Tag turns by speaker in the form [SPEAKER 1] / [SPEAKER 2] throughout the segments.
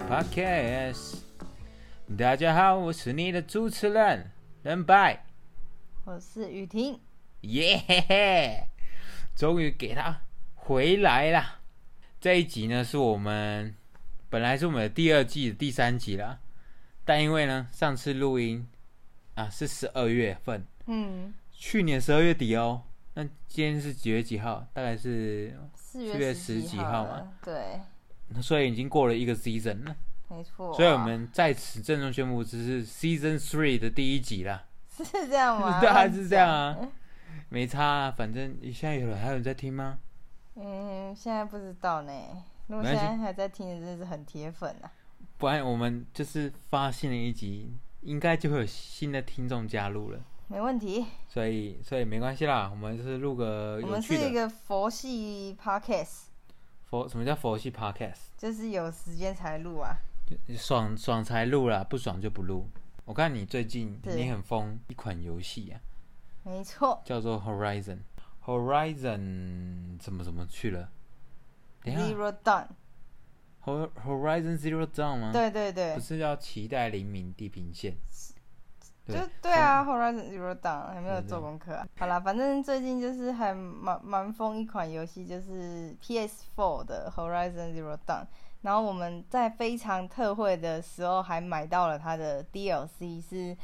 [SPEAKER 1] Podcast。大家好，我是你的主持人任白，
[SPEAKER 2] 我是雨婷。
[SPEAKER 1] 耶嘿嘿，终于给他回来啦！这一集呢，是我们本来是我们的第二季的第三集啦，但因为呢，上次录音啊是十二月份，
[SPEAKER 2] 嗯，
[SPEAKER 1] 去年十二月底哦。那今天是几月几号？大概是，
[SPEAKER 2] 四
[SPEAKER 1] 四月
[SPEAKER 2] 月
[SPEAKER 1] 十几
[SPEAKER 2] 几
[SPEAKER 1] 号
[SPEAKER 2] 了
[SPEAKER 1] 嘛？
[SPEAKER 2] 对，
[SPEAKER 1] 所以已经过了一个 season 了。
[SPEAKER 2] 没错。啊
[SPEAKER 1] 所以我们在此郑重宣布，这是 Season Three 的第一集啦。
[SPEAKER 2] 是这 样吗？
[SPEAKER 1] 对啊，是这样啊
[SPEAKER 2] 嗯。
[SPEAKER 1] 没差啊，反正现在有人还有人在听吗？
[SPEAKER 2] 嗯，现在不知道呢。如果
[SPEAKER 1] 没
[SPEAKER 2] 现
[SPEAKER 1] 关系
[SPEAKER 2] 在还在听的，真是很铁粉啊。
[SPEAKER 1] 不然我们就是发新的一集，应该就会有新的听众加入了。
[SPEAKER 2] 没问题，
[SPEAKER 1] 所以，所以没关系啦，我们就是录个
[SPEAKER 2] 我
[SPEAKER 1] 有
[SPEAKER 2] 们
[SPEAKER 1] 趣
[SPEAKER 2] 是一
[SPEAKER 1] 的
[SPEAKER 2] 个佛系 podcast，
[SPEAKER 1] 佛，什么叫佛系 podcast？
[SPEAKER 2] 就是有时间才录啊。
[SPEAKER 1] 就爽爽才录啦，不爽就不录。我看你最近
[SPEAKER 2] 是
[SPEAKER 1] 你很疯一款游戏啊，
[SPEAKER 2] 没错
[SPEAKER 1] 叫做 Horizon。Horizon 怎么怎么去了？等一下啊
[SPEAKER 2] ，Zero Dawn，
[SPEAKER 1] Hor-，Horizon Zero Dawn 吗？
[SPEAKER 2] 对对对
[SPEAKER 1] 不，是要期待黎明地平线？对
[SPEAKER 2] 就对啊，Horizon Zero Dawn 还没有
[SPEAKER 1] 对对
[SPEAKER 2] 做功课啊、好啦，反正最近就是还蛮蛮疯一款游戏，就是 PS4 的 Horizon Zero Dawn。然后我们在非常特惠的时候还买到了它的 DLC，是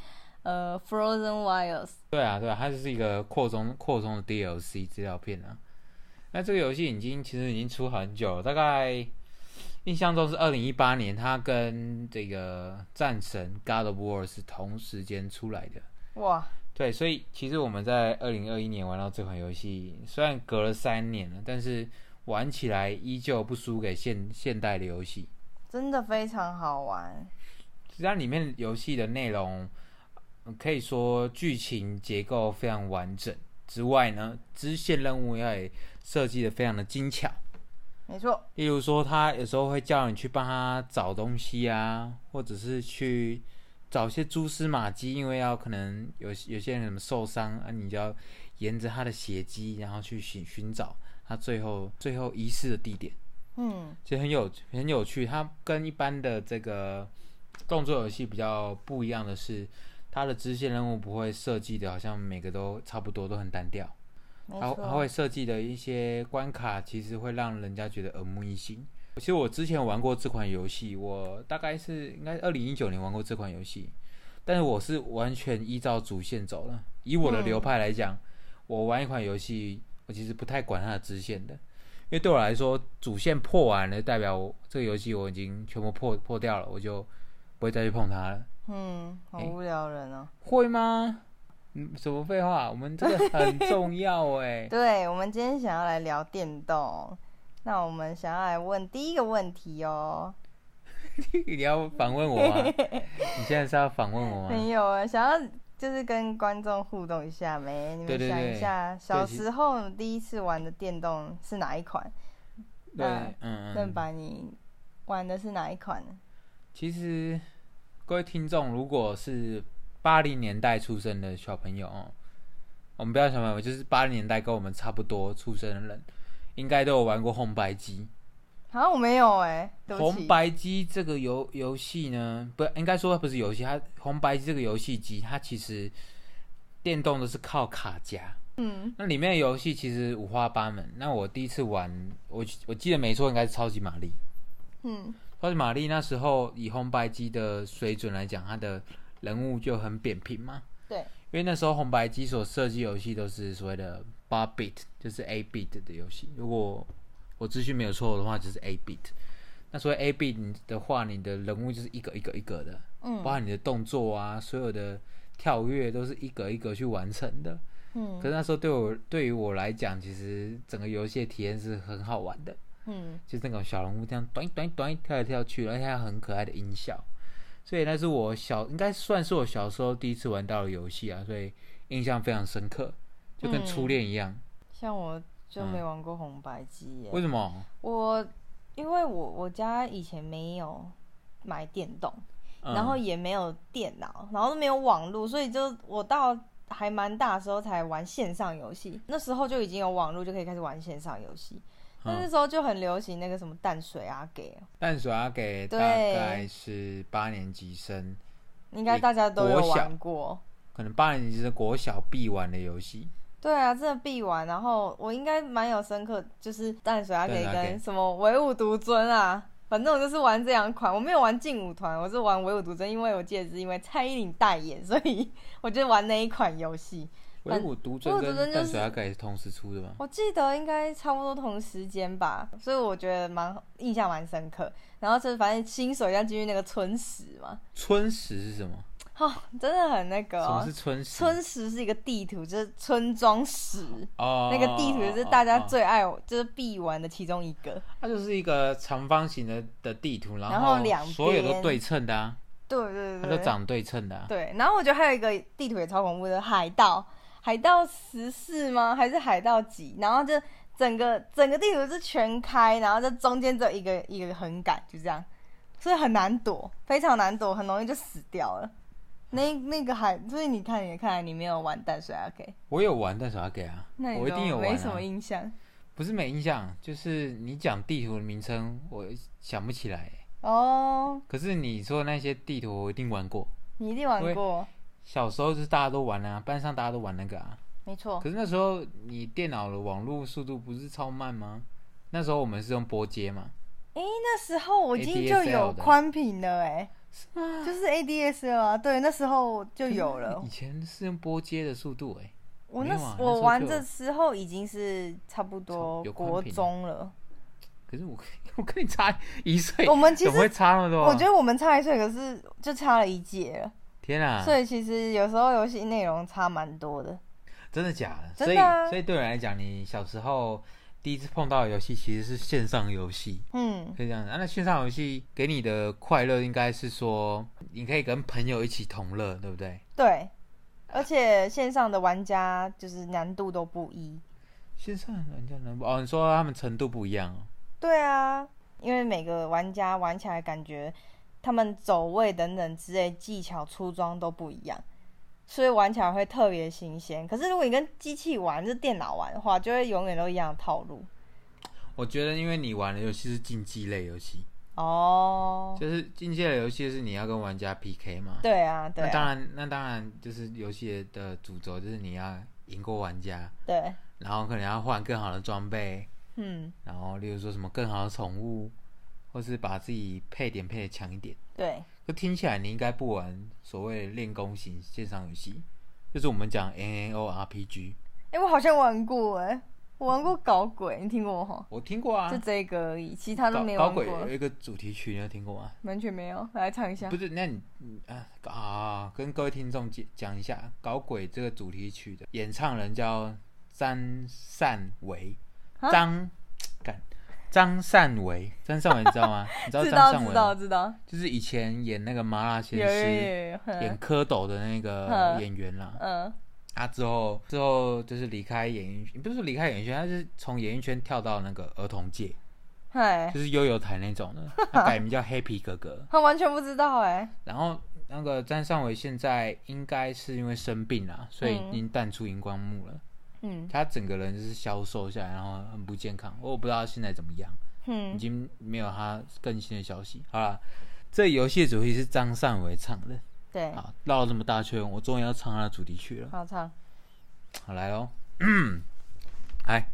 [SPEAKER 2] 呃 Frozen Wilds。
[SPEAKER 1] 对啊，对啊，它就是一个扩充扩充的 DLC 资料片啊。那这个游戏已经其实已经出很久了，大概印象中是二零一八年，它跟这个《战神 God of War》是同时间出来的。
[SPEAKER 2] 哇，
[SPEAKER 1] 对，所以其实我们在二零二一年玩到这款游戏，虽然隔了三年了，但是玩起来依旧不输给现现代的游戏。
[SPEAKER 2] 真的非常好玩。
[SPEAKER 1] 实际上，里面游戏的内容嗯可以说剧情结构非常完整之外呢，支线任务也设计的非常的精巧。
[SPEAKER 2] 没错，
[SPEAKER 1] 例如说，他有时候会叫你去帮他找东西啊，或者是去找一些蛛丝马迹，因为要可能有有些人什么受伤啊，你就要沿着他的血迹，然后去寻寻找他最后最后遗失的地点。
[SPEAKER 2] 嗯，
[SPEAKER 1] 其实很有很有趣。它跟一般的这个动作游戏比较不一样的是，它的支线任务不会设计的，好像每个都差不多，都很单调。
[SPEAKER 2] 没
[SPEAKER 1] 它它
[SPEAKER 2] 错，
[SPEAKER 1] 会设计的一些关卡，其实会让人家觉得耳目一新。其实我之前玩过这款游戏，我大概是应该二零一九年玩过这款游戏，但是我是完全依照主线走了。以我的流派来讲，我玩一款游戏，我其实不太管它的支线的，因为对我来说，主线破完了，代表我这个游戏我已经全部破破掉了，我就不会再去碰它了。
[SPEAKER 2] 嗯，好
[SPEAKER 1] 诶
[SPEAKER 2] 无聊人哦。
[SPEAKER 1] 会吗？嗯，什么废话？我们这个很重要哎、
[SPEAKER 2] 对，我们今天想要来聊电动。那我们想要来问第一个问题哦，
[SPEAKER 1] 你要访问我吗？ 你现在是要访问我吗？
[SPEAKER 2] 没有啊，想要就是跟观众互动一下没？你
[SPEAKER 1] 对
[SPEAKER 2] 们
[SPEAKER 1] 对
[SPEAKER 2] 想
[SPEAKER 1] 对
[SPEAKER 2] 一下，小
[SPEAKER 1] 其
[SPEAKER 2] 时候第一次玩的电动是哪一款？
[SPEAKER 1] 对
[SPEAKER 2] 啊那，
[SPEAKER 1] 嗯
[SPEAKER 2] 任
[SPEAKER 1] 嗯。
[SPEAKER 2] 白，你玩的是哪一款呢？
[SPEAKER 1] 其实各位听众，如果是八零年代出生的小朋友哦，我们不要小朋友，就是八零年代跟我们差不多出生的人，应该都有玩过红白机。
[SPEAKER 2] 好像我没有哎、对不
[SPEAKER 1] 红
[SPEAKER 2] 起。
[SPEAKER 1] 白机这个游游戏呢，不应该说它不是游戏，它红白机这个游戏机，它其实电动的是靠卡夹。
[SPEAKER 2] 嗯，
[SPEAKER 1] 那里面的游戏其实五花八门。那我第一次玩，我我记得没错，应该是超级玛丽。
[SPEAKER 2] 嗯，
[SPEAKER 1] 超级玛丽那时候以红白机的水准来讲，它的人物就很扁平嘛。
[SPEAKER 2] 对，
[SPEAKER 1] 因为那时候红白机所设计游戏都是所谓的八 bit，就是 A bit 的游戏。如果我资讯没有错的话，就是 A bit。那所谓 A bit 的话，你的人物就是一个一个一个的，包
[SPEAKER 2] 嗯
[SPEAKER 1] 含你的动作啊，所有的跳跃都是一个一个去完成的。可
[SPEAKER 2] 嗯
[SPEAKER 1] 是那时候对我对于我来讲，其实整个游戏的体验是很好玩的，
[SPEAKER 2] 嗯，
[SPEAKER 1] 就是那种小人物这样短短短跳来跳去，而且还有很可爱的音效，所以那是我小应该算是我小时候第一次玩到的游戏啊，所以印象非常深刻，就跟
[SPEAKER 2] 嗯
[SPEAKER 1] 初恋一样。
[SPEAKER 2] 像我就没玩过红白机耶、
[SPEAKER 1] 为什么？
[SPEAKER 2] 我因为我我家以前没有买电动，
[SPEAKER 1] 嗯
[SPEAKER 2] 然后也没有电脑，然后都没有网络，所以就我到还蛮大的时候才玩线上游戏。那时候就已经有网络，就可以开始玩线上游戏。
[SPEAKER 1] 嗯
[SPEAKER 2] 那那时候就很流行那个什么淡水啊阿给，
[SPEAKER 1] 淡水阿给大
[SPEAKER 2] 对
[SPEAKER 1] 概是八年级生，
[SPEAKER 2] 应该大家都有
[SPEAKER 1] 国小
[SPEAKER 2] 玩过。
[SPEAKER 1] 可能八年级生国小必玩的游戏。
[SPEAKER 2] 对啊，真的必玩。然后我应该蛮有深刻，就是淡水阿给
[SPEAKER 1] 淡水阿给
[SPEAKER 2] 跟什么唯舞独尊啊，反正我就是玩这两款。我没有玩劲舞团，我是玩唯舞独尊，因为我记得是因为蔡依林代言，所以 我就玩那一款游戏。
[SPEAKER 1] 唯我独
[SPEAKER 2] 唯
[SPEAKER 1] 尊
[SPEAKER 2] 我独
[SPEAKER 1] 跟
[SPEAKER 2] 尊就
[SPEAKER 1] 淡
[SPEAKER 2] 是
[SPEAKER 1] 水阿给是同时出的吗？
[SPEAKER 2] 我记得应该差不多同时间吧，所以我觉得蛮印象蛮深刻。然后就是反正新手要进去那个春实嘛，
[SPEAKER 1] 春实是什么？
[SPEAKER 2] 哦，真的很那个、
[SPEAKER 1] 什
[SPEAKER 2] 哦
[SPEAKER 1] 么。是春实？
[SPEAKER 2] 春实是一个地图，就是村庄石。
[SPEAKER 1] 哦，
[SPEAKER 2] 那个地图是大家
[SPEAKER 1] 哦哦
[SPEAKER 2] 最爱，就是必玩的其中一个。
[SPEAKER 1] 它就是一个长方形的的地图，
[SPEAKER 2] 然后
[SPEAKER 1] 后
[SPEAKER 2] 两
[SPEAKER 1] 所有都
[SPEAKER 2] 边
[SPEAKER 1] 对称的啊，
[SPEAKER 2] 对对
[SPEAKER 1] 它
[SPEAKER 2] 对
[SPEAKER 1] 都
[SPEAKER 2] 对，
[SPEAKER 1] 长对称的啊。
[SPEAKER 2] 对。然后我觉得还有一个地图也超恐怖的，海盗，海盗十四吗？还是海盗几？然后就整个整个地图是全开，然后就中间只有一个一个横杆，就这样，所以很难躲，非常难躲，很容易就死掉了。那那个海，所以你看，你看来你没有玩淡水 OK，
[SPEAKER 1] 我有玩，但是要给啊，
[SPEAKER 2] 那你
[SPEAKER 1] 我一
[SPEAKER 2] 都
[SPEAKER 1] 定有玩、
[SPEAKER 2] 没什
[SPEAKER 1] 啊
[SPEAKER 2] 么。印象
[SPEAKER 1] 不是没印象，就是你讲地图的名称，我想不起来。
[SPEAKER 2] 哦。
[SPEAKER 1] 可是你说的那些地图，我一定玩过。
[SPEAKER 2] 你一定玩
[SPEAKER 1] 对
[SPEAKER 2] 过，
[SPEAKER 1] 小时候就是大家都玩啊，班上大家都玩那个啊。
[SPEAKER 2] 没错。
[SPEAKER 1] 可是那时候你电脑的网络速度不是超慢吗？那时候我们是用拨接嘛，
[SPEAKER 2] 诶，那时候我已经
[SPEAKER 1] ADSL
[SPEAKER 2] 就
[SPEAKER 1] 的
[SPEAKER 2] 有宽屏了、诶，就是 ADSL 啊，对，那时候就 有了
[SPEAKER 1] 以。前是用拨接的速度哎、
[SPEAKER 2] 我
[SPEAKER 1] 没
[SPEAKER 2] 那
[SPEAKER 1] 有
[SPEAKER 2] 时
[SPEAKER 1] 啊那时
[SPEAKER 2] 我
[SPEAKER 1] 候
[SPEAKER 2] 玩
[SPEAKER 1] 就
[SPEAKER 2] 的
[SPEAKER 1] 有
[SPEAKER 2] 时候已经是差不多
[SPEAKER 1] 有宽
[SPEAKER 2] 国
[SPEAKER 1] 屏了
[SPEAKER 2] 中了。
[SPEAKER 1] 可是我我跟你 差一岁，
[SPEAKER 2] 我们其
[SPEAKER 1] 怎么
[SPEAKER 2] 实
[SPEAKER 1] 会差那么多啊？
[SPEAKER 2] 我觉得我们差一岁，可是就差了一届了，
[SPEAKER 1] 天啊，
[SPEAKER 2] 所以其实有时候游戏内容差蛮多的。
[SPEAKER 1] 真的假的？
[SPEAKER 2] 真的啊
[SPEAKER 1] 所以所以对我来讲，你小时候第一次碰到的游戏其实是线上游戏，
[SPEAKER 2] 嗯，
[SPEAKER 1] 可以这样子。啊、那线上游戏给你的快乐应该是说，你可以跟朋友一起同乐，对不对？
[SPEAKER 2] 对，而且线上的玩家就是难度都不一。
[SPEAKER 1] 线上人家能哦，你说他们程度不一样哦。
[SPEAKER 2] 对啊，因为每个玩家玩起来感觉，他们走位等等之类技巧出装都不一样，所以玩起来会特别新鲜。可是如果你跟机器玩，是电脑玩的话，就会永远都一样的套路。
[SPEAKER 1] 我觉得，因为你玩的游戏是竞技类游戏，
[SPEAKER 2] 哦，
[SPEAKER 1] 就是竞技类游戏是你要跟玩家 PK 嘛。
[SPEAKER 2] 对啊，对
[SPEAKER 1] 那当
[SPEAKER 2] 啊，
[SPEAKER 1] 然，那当然就是游戏的主轴就是你要赢过玩家，
[SPEAKER 2] 对，
[SPEAKER 1] 然后可能要换更好的装备，
[SPEAKER 2] 嗯，
[SPEAKER 1] 然后例如说什么更好的宠物，或是把自己配点配的强一点。
[SPEAKER 2] 对，
[SPEAKER 1] 就听起来你应该不玩所谓的练功型线上游戏，就是我们讲 N A O R P G，
[SPEAKER 2] 哎、我好像玩过哎、我玩过搞鬼，你听过哈？
[SPEAKER 1] 我听过啊
[SPEAKER 2] 就。这个而已，其他都
[SPEAKER 1] 搞
[SPEAKER 2] 没
[SPEAKER 1] 搞
[SPEAKER 2] 玩
[SPEAKER 1] 鬼
[SPEAKER 2] 过
[SPEAKER 1] 有，一个主题曲，你有听过吗？
[SPEAKER 2] 完全没有。来唱一下
[SPEAKER 1] 不，是，那你你啊啊，跟各位听众解讲一下，搞鬼这个主题曲的演唱人叫张善维，
[SPEAKER 2] 啊
[SPEAKER 1] 张干张善维，张善维你知道吗？你知道
[SPEAKER 2] 知
[SPEAKER 1] 张
[SPEAKER 2] 道
[SPEAKER 1] 善
[SPEAKER 2] 知
[SPEAKER 1] 维
[SPEAKER 2] 道
[SPEAKER 1] 吗？
[SPEAKER 2] 知道，
[SPEAKER 1] 就是以前演那个麻辣
[SPEAKER 2] 有
[SPEAKER 1] 鲜
[SPEAKER 2] 有
[SPEAKER 1] 师。
[SPEAKER 2] 有有，
[SPEAKER 1] 演
[SPEAKER 2] 嗯
[SPEAKER 1] 蝌蚪的那个
[SPEAKER 2] 嗯
[SPEAKER 1] 演员啦，
[SPEAKER 2] 嗯，
[SPEAKER 1] 他之后之后就是离开演艺，不是说离开演艺圈，他是从演艺圈跳到那个儿童 界，
[SPEAKER 2] 嗨，
[SPEAKER 1] 就是悠悠台那种的，他改名叫 Happy 哥哥。
[SPEAKER 2] 他完全不知道哎、
[SPEAKER 1] 然后那个詹尚伟现在应该是因为生病啦，所以
[SPEAKER 2] 嗯
[SPEAKER 1] 已经淡出荧光幕了。
[SPEAKER 2] 嗯
[SPEAKER 1] 他整个人就是消瘦下来，然后很不健康，我不知道他现在怎么样，已
[SPEAKER 2] 哼，
[SPEAKER 1] 经没有他更新的消息。好啦，这游戏的主题是张善伟唱的。
[SPEAKER 2] 对，
[SPEAKER 1] 好，啊绕了这么大圈，我终于要唱他的主题曲了。
[SPEAKER 2] 好唱。
[SPEAKER 1] 好来喽， 哎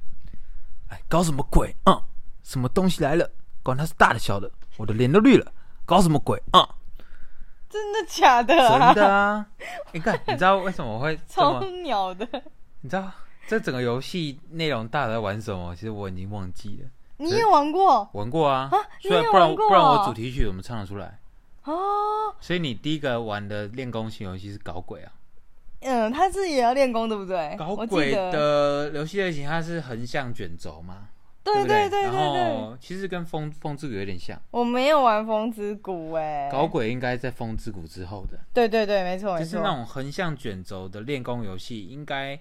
[SPEAKER 1] 哎，搞什么鬼？嗯，什么东西来了？管它是大的小的，我的脸都绿了。搞什么鬼？ 嗯，
[SPEAKER 2] 真的假的、
[SPEAKER 1] 真
[SPEAKER 2] 啊？
[SPEAKER 1] 的啊！你看，你知道为什么我会这
[SPEAKER 2] 超
[SPEAKER 1] 么？
[SPEAKER 2] 鸟的！
[SPEAKER 1] 你知道这整个游戏内容大概在玩什么？其实我已经忘记了。
[SPEAKER 2] 你也玩过
[SPEAKER 1] 玩过啊，
[SPEAKER 2] 你
[SPEAKER 1] 虽然
[SPEAKER 2] 也
[SPEAKER 1] 不然
[SPEAKER 2] 玩过
[SPEAKER 1] 不然
[SPEAKER 2] 哦
[SPEAKER 1] 我主题曲怎么唱得出来？
[SPEAKER 2] 哦？
[SPEAKER 1] 所以你第一个玩的练功型游戏是搞鬼啊。
[SPEAKER 2] 嗯，他是也要练功，对不对？
[SPEAKER 1] 搞
[SPEAKER 2] 哎我记
[SPEAKER 1] 鬼
[SPEAKER 2] 得，
[SPEAKER 1] 的游戏类型它是横向卷轴嘛，
[SPEAKER 2] 对
[SPEAKER 1] 不
[SPEAKER 2] 对对
[SPEAKER 1] 然
[SPEAKER 2] 对。
[SPEAKER 1] 后其实跟风风之谷有点像，
[SPEAKER 2] 我没有玩风之谷哎、
[SPEAKER 1] 搞鬼应该在风之谷之后的，
[SPEAKER 2] 对对对，没错没
[SPEAKER 1] 就是那
[SPEAKER 2] 错。
[SPEAKER 1] 种横向卷轴的练功游戏，应该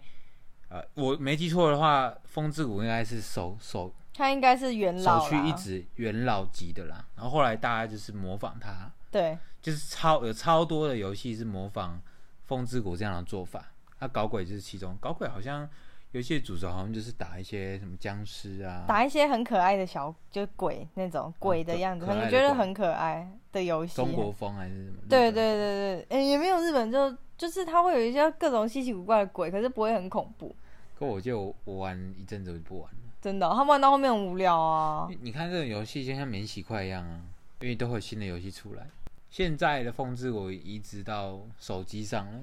[SPEAKER 1] 呃我没记错的话，风之谷应该是首首
[SPEAKER 2] 他应该是元老
[SPEAKER 1] 首
[SPEAKER 2] 啦
[SPEAKER 1] 屈一指元老级的啦。然后后来大家就是模仿它，
[SPEAKER 2] 对，
[SPEAKER 1] 就是超有超多的游戏是模仿风之谷这样的做法，那、搞鬼就是其中，搞鬼好像游戏的主轴好像就是打一些什么僵尸啊，
[SPEAKER 2] 打一些很可爱的小，就是鬼那种鬼的样子，
[SPEAKER 1] 可可爱的
[SPEAKER 2] 我觉得
[SPEAKER 1] 鬼
[SPEAKER 2] 很可爱的游戏。
[SPEAKER 1] 中国风还是什么？
[SPEAKER 2] 对
[SPEAKER 1] 日本
[SPEAKER 2] 对对对，诶也没有日本就就是它会有一些各种稀奇古怪的鬼，可是不会很恐怖，
[SPEAKER 1] 可我记得我我玩一阵子我就不玩了，
[SPEAKER 2] 真的哦、他们玩到后面很无聊啊
[SPEAKER 1] 因。为你看这种游戏就像免洗块一样啊，因为都会有新的游戏出来。现在的风之国移植到手机上了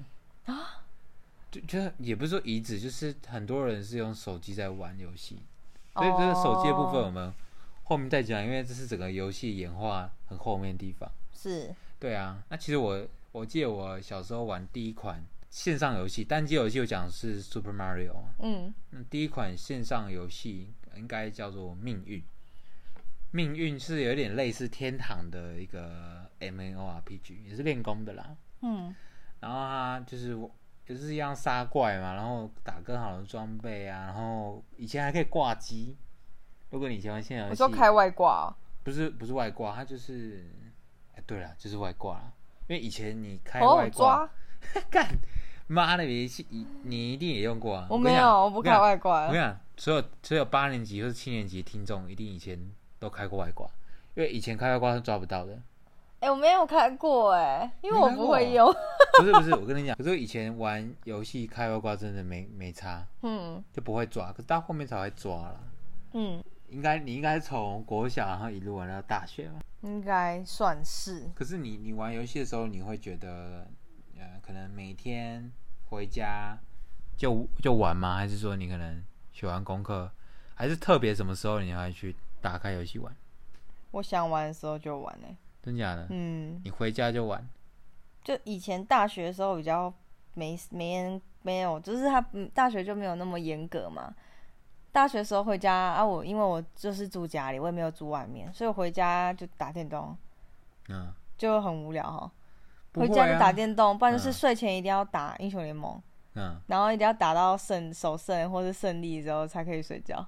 [SPEAKER 1] 啊，就就也不是说移植，就是很多人是用手机在玩游戏，所以这个手机的部分我
[SPEAKER 2] 哦
[SPEAKER 1] 们后面再讲，因为这是整个游戏演化很后面的地方。
[SPEAKER 2] 是
[SPEAKER 1] 对啊，那其实我我记得我小时候玩第一款线上游戏，单机游戏我讲的是 Super Mario 啊。
[SPEAKER 2] 嗯
[SPEAKER 1] 嗯，第一款线上游戏应该叫做《命运》，《命运》是有点类似《天堂》的一个 M N O R P G，也是练功的啦。
[SPEAKER 2] 嗯
[SPEAKER 1] 然后它就是就是一样杀怪嘛，然后打更好的装备啊，然后以前还可以挂机。如果你以前玩线上游
[SPEAKER 2] 我
[SPEAKER 1] 戏
[SPEAKER 2] 说，开外挂哦、
[SPEAKER 1] 不是不是外挂，它就是，哎，对了，就是外挂啦。因为以前你开
[SPEAKER 2] 哦
[SPEAKER 1] 外挂，
[SPEAKER 2] 抓，
[SPEAKER 1] 干妈的，你你一定也用过啊！
[SPEAKER 2] 我
[SPEAKER 1] 跟
[SPEAKER 2] 没
[SPEAKER 1] 你讲
[SPEAKER 2] 有，我不
[SPEAKER 1] 跟你讲
[SPEAKER 2] 开外挂
[SPEAKER 1] 我跟你讲，所有所有八年级或是七年级的听众，一定以前都开过外挂，因为以前开外挂是抓不到的。
[SPEAKER 2] 哎、我没有开过哎、因为
[SPEAKER 1] 没
[SPEAKER 2] 我
[SPEAKER 1] 开
[SPEAKER 2] 不
[SPEAKER 1] 过
[SPEAKER 2] 会用。
[SPEAKER 1] 不是不是，我跟你讲，可是我以前玩游戏开外挂真的没没差，
[SPEAKER 2] 嗯
[SPEAKER 1] 就不会抓，可是到后面才会抓啦。
[SPEAKER 2] 嗯，
[SPEAKER 1] 应该你应该从国小然后一路玩到大学嘛。
[SPEAKER 2] 应该算是。
[SPEAKER 1] 可是你你玩游戏的时候，你会觉得，呃，可能每天回家就就玩吗？还是说你可能写完功课，还是特别什么时候你还去打开游戏玩？
[SPEAKER 2] 我想玩的时候就玩哎、
[SPEAKER 1] 真假的？
[SPEAKER 2] 嗯，
[SPEAKER 1] 你回家就玩？
[SPEAKER 2] 就以前大学的时候比较没没人没有，就是他嗯大学就没有那么严格嘛。大学的时候回家啊我，因为我就是住家里，我也没有住外面，所以我回家就打电动，
[SPEAKER 1] 嗯，
[SPEAKER 2] 就很无聊哈、
[SPEAKER 1] 不
[SPEAKER 2] 回
[SPEAKER 1] 会
[SPEAKER 2] 家就
[SPEAKER 1] 啊，
[SPEAKER 2] 打电动，不然就是
[SPEAKER 1] 嗯
[SPEAKER 2] 睡前一定要打英雄联盟，
[SPEAKER 1] 嗯，
[SPEAKER 2] 然后一定要打到胜首胜或是胜利之后才可以睡觉，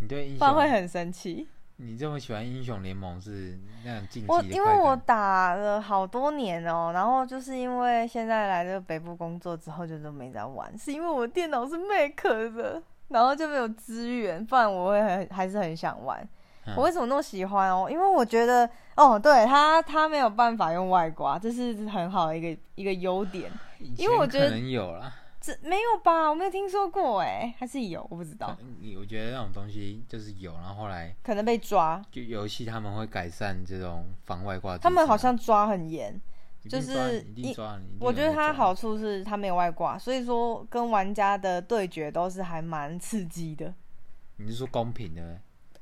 [SPEAKER 1] 你对英
[SPEAKER 2] 不然会
[SPEAKER 1] 雄，
[SPEAKER 2] 很生气。
[SPEAKER 1] 你这么喜欢英雄联盟是那种竞技的
[SPEAKER 2] 我
[SPEAKER 1] 快感
[SPEAKER 2] 因为我打了好多年哦、然后就是因为现在来这个北部工作之后就都没在玩，是因为我电脑是 Mac 的，然后就没有资源，不然我会很还是很想玩。
[SPEAKER 1] 嗯
[SPEAKER 2] 我为什么那么喜欢哦？因为我觉得哦，对他他没有办法用外挂，这是很好的一个一个优点。
[SPEAKER 1] 以前
[SPEAKER 2] 因为我觉得
[SPEAKER 1] 可能有啦，
[SPEAKER 2] 这没有吧？我没有听说过哎，还是有，我不知道
[SPEAKER 1] 可，你我觉得那种东西就是有，然后后来
[SPEAKER 2] 可能被抓。
[SPEAKER 1] 就游戏他们会改善这种防外挂机制啊，
[SPEAKER 2] 他们好像抓很严，
[SPEAKER 1] 一定
[SPEAKER 2] 就是
[SPEAKER 1] 抓你一
[SPEAKER 2] 一
[SPEAKER 1] 定抓你，一定
[SPEAKER 2] 我觉
[SPEAKER 1] 有人
[SPEAKER 2] 得它
[SPEAKER 1] 抓
[SPEAKER 2] 好处是它没有外挂，所以说跟玩家的对决都是还蛮刺激的。
[SPEAKER 1] 你，你是说公平的？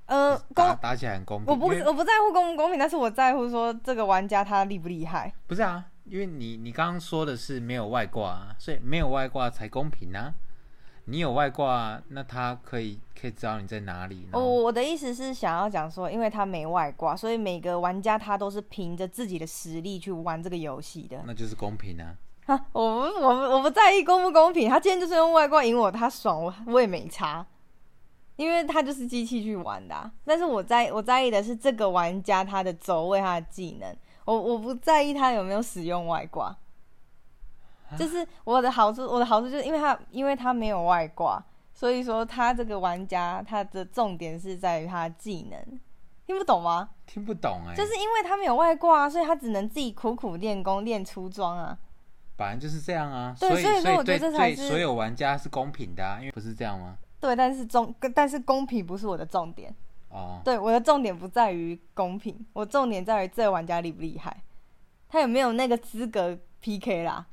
[SPEAKER 2] 呃，
[SPEAKER 1] 打
[SPEAKER 2] 公
[SPEAKER 1] 打起来很公平，
[SPEAKER 2] 我不
[SPEAKER 1] 因为
[SPEAKER 2] 我不在乎公不公平，但是我在乎说这个玩家他厉不厉害。
[SPEAKER 1] 不是啊，因为你你刚刚说的是没有外挂啊，所以没有外挂才公平啊。你有外挂，那他可以可以知道你在哪里。然
[SPEAKER 2] 我、
[SPEAKER 1] 后
[SPEAKER 2] 哦我的意思是想要讲说，因为他没外挂，所以每个玩家他都是凭着自己的实力去玩这个游戏的。
[SPEAKER 1] 那就是公平啊。
[SPEAKER 2] 啊，我不我不我不在意公不公平，他今天就是用外挂赢我，他爽我我也没差，因为他就是机器去玩的啊、但是我在我在意的是这个玩家他的走位、他的技能，我我不在意他有没有使用外挂。就是我的好处，我的好处就是因为他因为他没有外挂，所以说他这个玩家他的重点是在于他的技能，听不懂吗？
[SPEAKER 1] 听不懂哎、
[SPEAKER 2] 就是因为他没有外挂、啊，所以他只能自己苦苦练功练出装啊。
[SPEAKER 1] 本来就是这样啊，
[SPEAKER 2] 对
[SPEAKER 1] 所以
[SPEAKER 2] 所以说
[SPEAKER 1] 所以
[SPEAKER 2] 我
[SPEAKER 1] 对
[SPEAKER 2] 觉得这才
[SPEAKER 1] 对
[SPEAKER 2] 是
[SPEAKER 1] 所有玩家是公平的、啊，因为不是这样吗？
[SPEAKER 2] 对，但是中但是公平不是我的重点，
[SPEAKER 1] 哦，
[SPEAKER 2] 对我的重点不在于公平，我重点在于这个玩家厉不厉害，他有没有那个资格 PK 啦？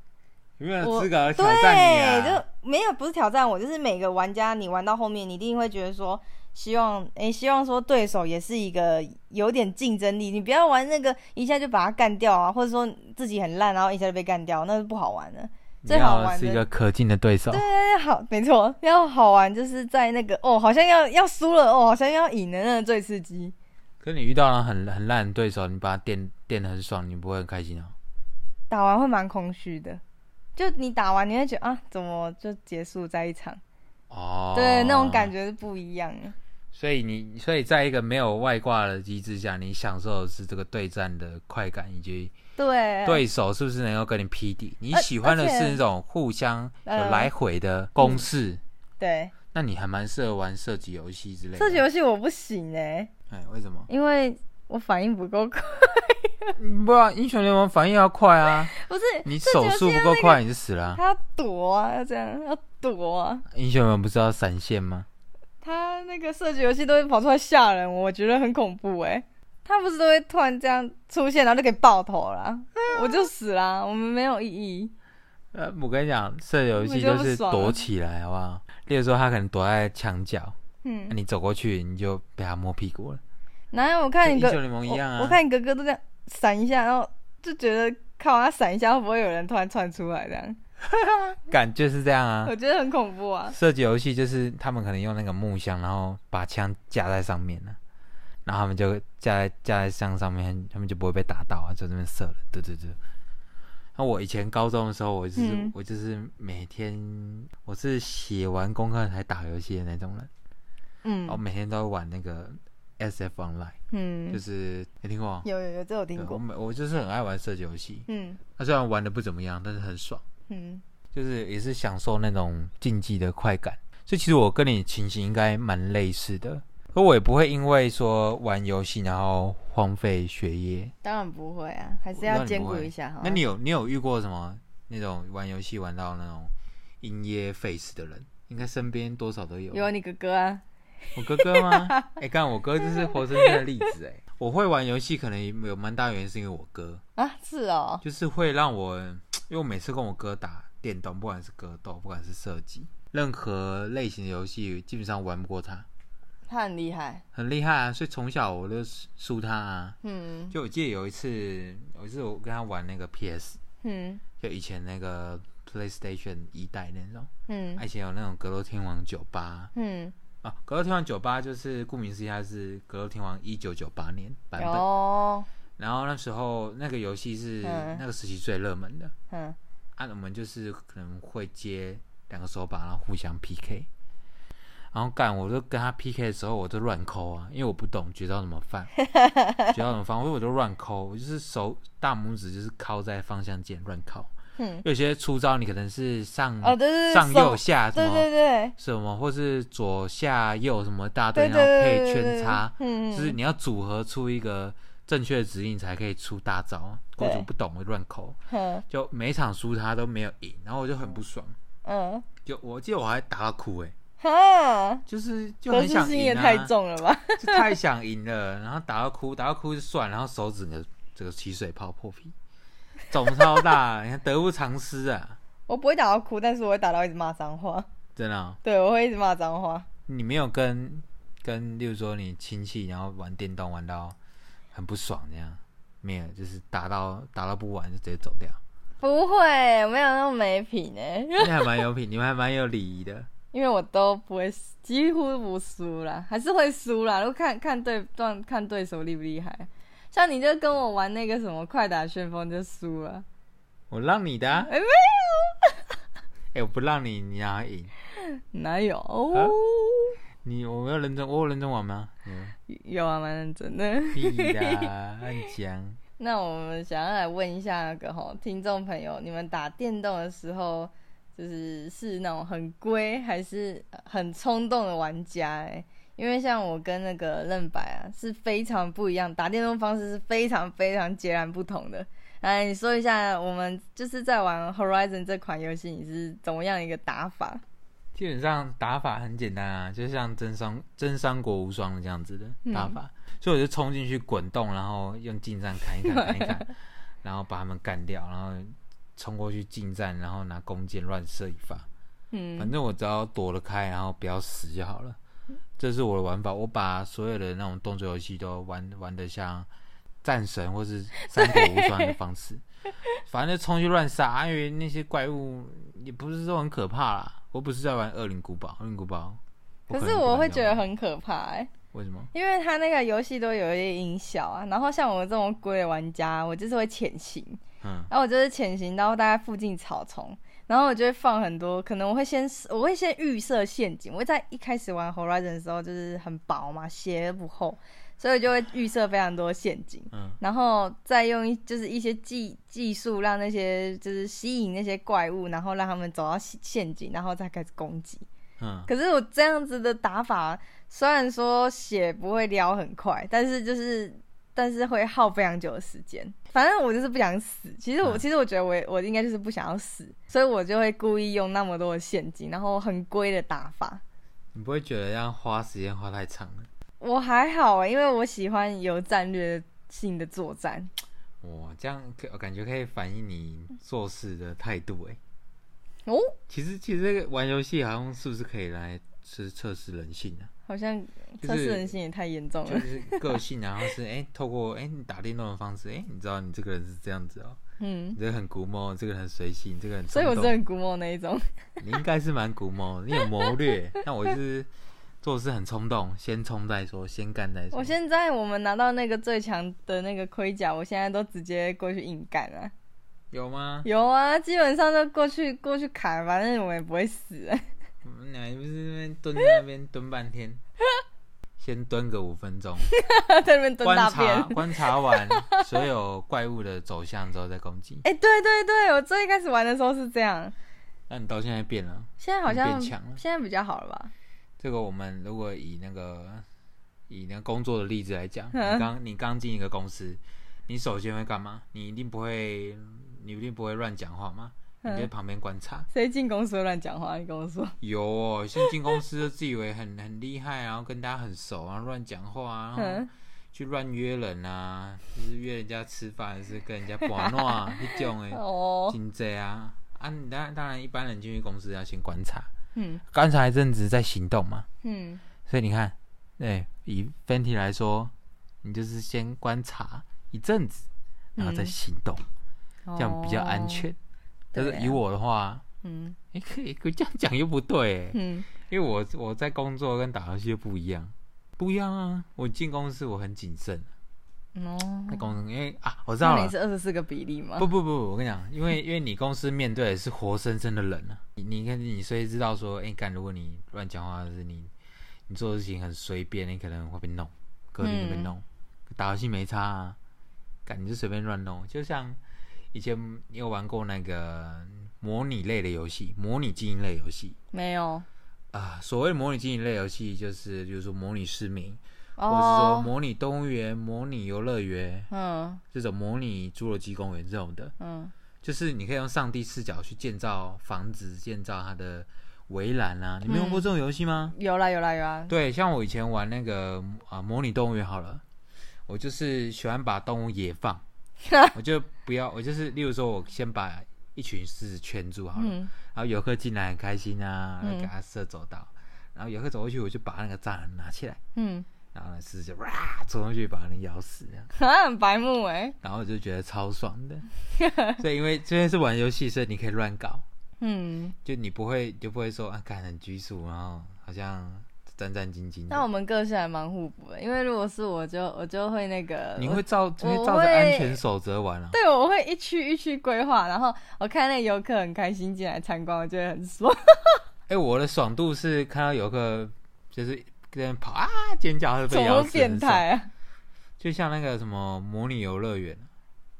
[SPEAKER 1] 有没有
[SPEAKER 2] 我
[SPEAKER 1] 人资格挑战
[SPEAKER 2] 对，
[SPEAKER 1] 你
[SPEAKER 2] 就
[SPEAKER 1] 啊？
[SPEAKER 2] 没有不是挑战我，就是每个玩家你玩到后面，你一定会觉得说。希望诶、希望说对手也是一个有点竞争力，你不要玩那个一下就把他干掉啊，或者说自己很烂，然后一下就被干掉，那是不好玩的。最好玩的
[SPEAKER 1] 可敬的对手
[SPEAKER 2] 对对对，好，没错，要好玩就是在那个哦，好像要要输了哦，好像要赢了，那个最刺激。
[SPEAKER 1] 可是你遇到了很很烂的对手，你把他电电的很爽，你不会很开心啊？
[SPEAKER 2] 打完会蛮空虚的，就你打完你会觉得啊，怎么就结束在一场？
[SPEAKER 1] 哦，
[SPEAKER 2] 对，那种感
[SPEAKER 1] 觉。
[SPEAKER 2] 觉是不一样的。
[SPEAKER 1] 所以你所以在一个没有外挂的机制下，你享受的是这个对战的快感，以及
[SPEAKER 2] 对，
[SPEAKER 1] 对手是不是能够跟你匹敌？你
[SPEAKER 2] 而
[SPEAKER 1] 喜欢的
[SPEAKER 2] 而且
[SPEAKER 1] 是那种互相有
[SPEAKER 2] 呃
[SPEAKER 1] 来回的攻势，
[SPEAKER 2] 对
[SPEAKER 1] 那你还蛮适合玩射击游戏之类的。
[SPEAKER 2] 射击游戏我不行哎、
[SPEAKER 1] 哎，为什么？
[SPEAKER 2] 因为我反应不够快。
[SPEAKER 1] 嗯不然英雄联盟反应要快 啊，
[SPEAKER 2] 不是，
[SPEAKER 1] 你
[SPEAKER 2] 射
[SPEAKER 1] 手
[SPEAKER 2] 击游
[SPEAKER 1] 速
[SPEAKER 2] 戏
[SPEAKER 1] 不够快你就死了啊、
[SPEAKER 2] 他要躲啊，要这样要躲啊。
[SPEAKER 1] 英雄联盟不是要闪现吗？
[SPEAKER 2] 他那个射击游戏都会跑出来吓人，我觉得很恐怖哎、他不是都会突然这样出现，然后就给爆头啦，我就死啦，我们没有意义。
[SPEAKER 1] 呃，我跟你讲，射游戏
[SPEAKER 2] 我觉
[SPEAKER 1] 就
[SPEAKER 2] 得
[SPEAKER 1] 是
[SPEAKER 2] 不爽啊
[SPEAKER 1] 躲起来，好不好？例如说，他可能躲在墙角，
[SPEAKER 2] 嗯
[SPEAKER 1] 那、，你走过去，你就被他摸屁股了。
[SPEAKER 2] 哪有我看
[SPEAKER 1] 跟英
[SPEAKER 2] 你哥
[SPEAKER 1] 雄联盟一样啊
[SPEAKER 2] 我，我看你哥哥都这样闪一下，然后就觉得靠他闪一下会不会有人突然窜出来这样？
[SPEAKER 1] 感就是这样啊
[SPEAKER 2] 我。觉得很恐怖啊。
[SPEAKER 1] 射击游戏就是他们可能用那个木箱，然后把枪架在上面呢、然后他们就架在架在枪上面，他们就不会被打到啊，就这边射了。对对对。那我以前高中的时候，我就是、
[SPEAKER 2] 嗯
[SPEAKER 1] 我就是每天我是写完功课才打游戏的那种人，我
[SPEAKER 2] 嗯
[SPEAKER 1] 每天都要玩那个 SF Online，、就
[SPEAKER 2] 嗯，
[SPEAKER 1] 是你听过吗？
[SPEAKER 2] 有有有，这我听
[SPEAKER 1] 对我
[SPEAKER 2] 过。
[SPEAKER 1] 每我就是很爱玩射击游戏，
[SPEAKER 2] 嗯
[SPEAKER 1] 那虽然玩的不怎么样，但是很爽。
[SPEAKER 2] 嗯，
[SPEAKER 1] 就是也是享受那种竞技的快感。所以其实我跟你情形应该蛮类似的，可我也不会因为说玩游戏然后荒废学业。
[SPEAKER 2] 当然不会啊，还是
[SPEAKER 1] 我知
[SPEAKER 2] 要
[SPEAKER 1] 道你
[SPEAKER 2] 兼
[SPEAKER 1] 不
[SPEAKER 2] 顾
[SPEAKER 1] 会
[SPEAKER 2] 一下哈。
[SPEAKER 1] 那你有你有遇过什么那种玩游戏玩到那种因噎废食的人？应该身边多少都有。
[SPEAKER 2] 有你哥哥啊？
[SPEAKER 1] 我哥哥 吗？哎、干我哥就是活生生的例子哎、我会玩游戏，可能有蛮大原因是因为我哥，
[SPEAKER 2] 啊，是哦，
[SPEAKER 1] 就是会让我，因为我每次跟我哥打电动，不管是格斗，不管是射击，任何类型的游戏，基本上玩不过他，
[SPEAKER 2] 他很厉害。
[SPEAKER 1] 很厉害啊。所以从小我就输他啊。
[SPEAKER 2] 嗯
[SPEAKER 1] 就我记得有一次，有一次我跟他玩那个 PS，
[SPEAKER 2] 嗯
[SPEAKER 1] 就以前那个 PlayStation 一代那种，
[SPEAKER 2] 嗯
[SPEAKER 1] 而且有那种格斗天王九八
[SPEAKER 2] 嗯，
[SPEAKER 1] 啊，格斗天王九八就是顾名思义，它是格斗天王一九九八年版
[SPEAKER 2] 有
[SPEAKER 1] 本。
[SPEAKER 2] 哦，
[SPEAKER 1] 然后那时候那个游戏是
[SPEAKER 2] 嗯
[SPEAKER 1] 那个时期最热门的。
[SPEAKER 2] 嗯
[SPEAKER 1] 啊，我们就是可能会接两个手把，然后互相 PK。然后干，我就跟他 PK 的时候，我就乱抠啊，因为我不懂绝招怎么放，绝招怎么放，所以我就乱抠，我就是手大拇指就是靠在方向键乱敲。
[SPEAKER 2] 嗯，
[SPEAKER 1] 有些出招你可能是上、
[SPEAKER 2] 哦，对对对，
[SPEAKER 1] 上
[SPEAKER 2] 手
[SPEAKER 1] 右下什
[SPEAKER 2] 对
[SPEAKER 1] 么
[SPEAKER 2] 对对
[SPEAKER 1] 什么，或是左下右什么大
[SPEAKER 2] 对
[SPEAKER 1] 对，
[SPEAKER 2] 对
[SPEAKER 1] 然后
[SPEAKER 2] 对
[SPEAKER 1] 配
[SPEAKER 2] 对对
[SPEAKER 1] 圈叉，，
[SPEAKER 2] 嗯
[SPEAKER 1] 就是
[SPEAKER 2] 嗯
[SPEAKER 1] 你要组合出一个正确的指令才可以出大招。我就
[SPEAKER 2] 对
[SPEAKER 1] 不懂，我就乱抠。
[SPEAKER 2] 嗯
[SPEAKER 1] 就每一场输他都没有赢，然后我就很不爽，
[SPEAKER 2] 嗯，
[SPEAKER 1] 就我记得我还打到哭哎、
[SPEAKER 2] 哈，
[SPEAKER 1] 就是就
[SPEAKER 2] 得
[SPEAKER 1] 很
[SPEAKER 2] 失
[SPEAKER 1] 想
[SPEAKER 2] 心也
[SPEAKER 1] 赢
[SPEAKER 2] 太
[SPEAKER 1] 啊，
[SPEAKER 2] 重了吧？
[SPEAKER 1] 就太想赢了，然后打到哭，打到哭就算，然后手指的这个起水泡破皮，肿超大，你看得不偿失啊，
[SPEAKER 2] 我不会打到哭，但是我会打到一直骂脏话。
[SPEAKER 1] 真的哦、
[SPEAKER 2] 对，我会一直骂脏话。
[SPEAKER 1] 你没有跟跟，例如说你亲戚，然后玩电动玩到很不爽这样，没有，就是打到打到不玩就直接走掉，
[SPEAKER 2] 不会，我没有那么没品哎，
[SPEAKER 1] 那还蛮有品，你们还蛮有礼仪的。
[SPEAKER 2] 因为我都不会，几乎不输啦，还是会输啦。都看看对段，看对手厉不厉害。像你就跟我玩那个什么快打旋风就输了，
[SPEAKER 1] 我让你的、啊，
[SPEAKER 2] 哎没有
[SPEAKER 1] 哎、我不让你，你让他赢。
[SPEAKER 2] 哪有？
[SPEAKER 1] 啊你我没有认真，我有认真玩吗？嗯，
[SPEAKER 2] 有啊，蛮认真的。
[SPEAKER 1] 屁啊啦，乱讲。
[SPEAKER 2] 那我们想要来问一下那个吼听众朋友，你们打电动的时候，就是是那种很龟还是很冲动的玩家、欸？因为像我跟那个任白啊是非常不一样，打电动方式是非常非常截然不同的。哎，你说一下，我们就是在玩 Horizon 这款游戏，你是怎么样一个打法？
[SPEAKER 1] 基本上打法很简单啊，就像真三真三国无双这样子
[SPEAKER 2] 嗯
[SPEAKER 1] 的打法，所以我就冲进去滚动，然后用近战砍一砍砍一 砍，然后把他们干掉，然后冲过去近战，然后拿弓箭乱射一发。
[SPEAKER 2] 嗯
[SPEAKER 1] 反正我只要躲得开，然后不要死就好了。这是我的玩法，我把所有的那种动作游戏都玩玩的像战神或是三国无双的方 式，反正就冲去乱杀，因为那些怪物也不是说很可怕啦。我不是在玩恶灵古堡，恶灵古堡，
[SPEAKER 2] 可
[SPEAKER 1] 能
[SPEAKER 2] 是
[SPEAKER 1] 不
[SPEAKER 2] 我
[SPEAKER 1] 敢
[SPEAKER 2] 会
[SPEAKER 1] 这
[SPEAKER 2] 觉得
[SPEAKER 1] 样玩啊
[SPEAKER 2] 很可怕哎、
[SPEAKER 1] 为什么？
[SPEAKER 2] 因为它那个游戏都有一些音效啊，然后像我这种龟的玩家，我就是会潜行，
[SPEAKER 1] 嗯，
[SPEAKER 2] 然后我就是潜行到大概附近草丛，然后我就会放很多，可能我会先我会先预设陷阱，我会在一开始玩 Horizon 的时候就是很薄嘛，鞋不厚，所以我就会预设非常多陷阱，
[SPEAKER 1] 嗯
[SPEAKER 2] 然后再用一就是一些技技术让那些就是吸引那些怪物，然后让他们走到陷陷阱，然后再开始攻击。
[SPEAKER 1] 嗯，
[SPEAKER 2] 可是我这样子的打法，虽然说血不会撩很快，但是就是但是会耗非常久的时间。反正我就是不想死。其实我、
[SPEAKER 1] 嗯
[SPEAKER 2] 其实我觉得我也我应该就是不想要死，所以我就会故意用那么多的陷阱，然后很龟的打法。
[SPEAKER 1] 你不会觉得这样花时间花太长了？
[SPEAKER 2] 我还好啊、因为我喜欢有战略性的作战。
[SPEAKER 1] 哇，这样可感觉可以反映你做事的态度哎。
[SPEAKER 2] 哦，
[SPEAKER 1] 其实其实这个玩游戏好像是不是可以来是测试人性啊？
[SPEAKER 2] 好像
[SPEAKER 1] 就是
[SPEAKER 2] 测试人性也太严重
[SPEAKER 1] 就
[SPEAKER 2] 了。
[SPEAKER 1] 是个性啊，然后是哎、透过哎、你打电动的方式，哎、你知道你这个人是这样子哦、
[SPEAKER 2] 嗯
[SPEAKER 1] 你，这个很古某，你这个人很随性，你这个人很
[SPEAKER 2] 所以我
[SPEAKER 1] 冲
[SPEAKER 2] 是
[SPEAKER 1] 动
[SPEAKER 2] 很古某那一种。
[SPEAKER 1] 你应该是蛮古某，你有谋略。那我就是做事很冲动，先冲再说，先干再说。
[SPEAKER 2] 我现在我们拿到那个最强的那个盔甲，我现在都直接过去硬干啊。
[SPEAKER 1] 有 吗？
[SPEAKER 2] 有啊，基本上就过去过去砍，反正我们也不会死、
[SPEAKER 1] 我们俩不是那边蹲在那边蹲半 天，先蹲个五分钟，
[SPEAKER 2] 在那边蹲
[SPEAKER 1] 观
[SPEAKER 2] 大
[SPEAKER 1] 察
[SPEAKER 2] 便。
[SPEAKER 1] 观察完所有怪物的走向之后再攻击。
[SPEAKER 2] 哎、对对对，我最一开始玩的时候是这样，
[SPEAKER 1] 那你到现在变了，
[SPEAKER 2] 现在好像
[SPEAKER 1] 你变强了
[SPEAKER 2] 现在比较好了吧？
[SPEAKER 1] 这个我们如果以那个以那个工作的例子来 讲，你刚你刚进一个公司，你首先会干嘛？你一定不会，你一定不会乱讲话吗？你
[SPEAKER 2] 嗯
[SPEAKER 1] 在旁边观察。
[SPEAKER 2] 谁进公司会乱讲话？你跟我说，
[SPEAKER 1] 有哦，新进公司就自以为很很厉害，然后跟大家很熟，然后乱讲话啊，然后
[SPEAKER 2] 嗯，
[SPEAKER 1] 去乱约人啊，就是约人家吃饭，还是跟人家玩闹啊， 那种诶，
[SPEAKER 2] 哦，
[SPEAKER 1] 真济啊啊！你当然当然，一般人进去公司要先观察，
[SPEAKER 2] 嗯
[SPEAKER 1] 观察一阵子再行动嘛。
[SPEAKER 2] 嗯，
[SPEAKER 1] 所以你看，哎，以 Fenty 来说，你就是先观察一阵子，然后再
[SPEAKER 2] 嗯
[SPEAKER 1] 行动，
[SPEAKER 2] 哦
[SPEAKER 1] 这样比较安全。但是
[SPEAKER 2] 对啊
[SPEAKER 1] 以我的话，
[SPEAKER 2] 嗯
[SPEAKER 1] 哎、可以可以这样讲又不对诶
[SPEAKER 2] 嗯
[SPEAKER 1] 因为我我在工作跟打游戏又不一样，不一样啊！我进公司我很谨慎，
[SPEAKER 2] 嗯哦，
[SPEAKER 1] 在公司因为啊，我知道
[SPEAKER 2] 那你
[SPEAKER 1] 了，
[SPEAKER 2] 是二十四个比例吗
[SPEAKER 1] 不？不不，我跟你讲，因为因为你公司面对的是活生生的人啊，你你看你所以知道说，哎、干，如果你乱讲话，或者是你你做的事情很随便，你可能会被弄，隔天就被
[SPEAKER 2] 嗯
[SPEAKER 1] 弄。打游戏没差啊，干你就随便乱弄，就像以前你有玩过那个模拟类的游戏，模拟经营类游戏。
[SPEAKER 2] 没有，
[SPEAKER 1] 啊，所谓模拟经营类游戏，就是比如说模拟市民，或者是说
[SPEAKER 2] 哦，
[SPEAKER 1] 模拟动物园、模拟游乐园
[SPEAKER 2] 嗯
[SPEAKER 1] 这种模拟侏罗纪公园这种的，
[SPEAKER 2] 嗯
[SPEAKER 1] 就是你可以用上帝视角去建造房子、建造它的围栏啊。你没用过这种游戏吗？
[SPEAKER 2] 有啦有啦有啦，
[SPEAKER 1] 对，像我以前玩那个啊模拟动物园好了，我就是喜欢把动物野 放，我就不要，我就是例如说我先把一群狮子圈住好了。
[SPEAKER 2] 嗯
[SPEAKER 1] 然后游客进来很开心啊，然后
[SPEAKER 2] 嗯
[SPEAKER 1] 给他射走道，然后游客走过去，我就把那个栅栏拿起来，
[SPEAKER 2] 嗯，
[SPEAKER 1] 然后呢狮子就哇冲上去把人咬死，这样
[SPEAKER 2] 啊很白目哎、
[SPEAKER 1] 然后我就觉得超爽 的。所以因为这边是玩游戏，所以你可以乱搞，
[SPEAKER 2] 嗯，
[SPEAKER 1] 就你不会你就不会说啊，看很拘束，然后好像战战兢兢的
[SPEAKER 2] 那我们个性还蛮互补的，因为如果是我就我就会那个，
[SPEAKER 1] 你
[SPEAKER 2] 呃我
[SPEAKER 1] 会照你会
[SPEAKER 2] 我
[SPEAKER 1] 照着安
[SPEAKER 2] 会
[SPEAKER 1] 全守则玩啊？
[SPEAKER 2] 对，我会一区一区规划，然后我看那游客很开心进来参观，我觉得很爽。
[SPEAKER 1] 哎、我的爽度是看到游客就是在那边跑啊尖叫，会
[SPEAKER 2] 怎
[SPEAKER 1] 被咬
[SPEAKER 2] 么
[SPEAKER 1] 死，
[SPEAKER 2] 变
[SPEAKER 1] 很爽
[SPEAKER 2] 态啊？
[SPEAKER 1] 就像那个什么模拟游乐园，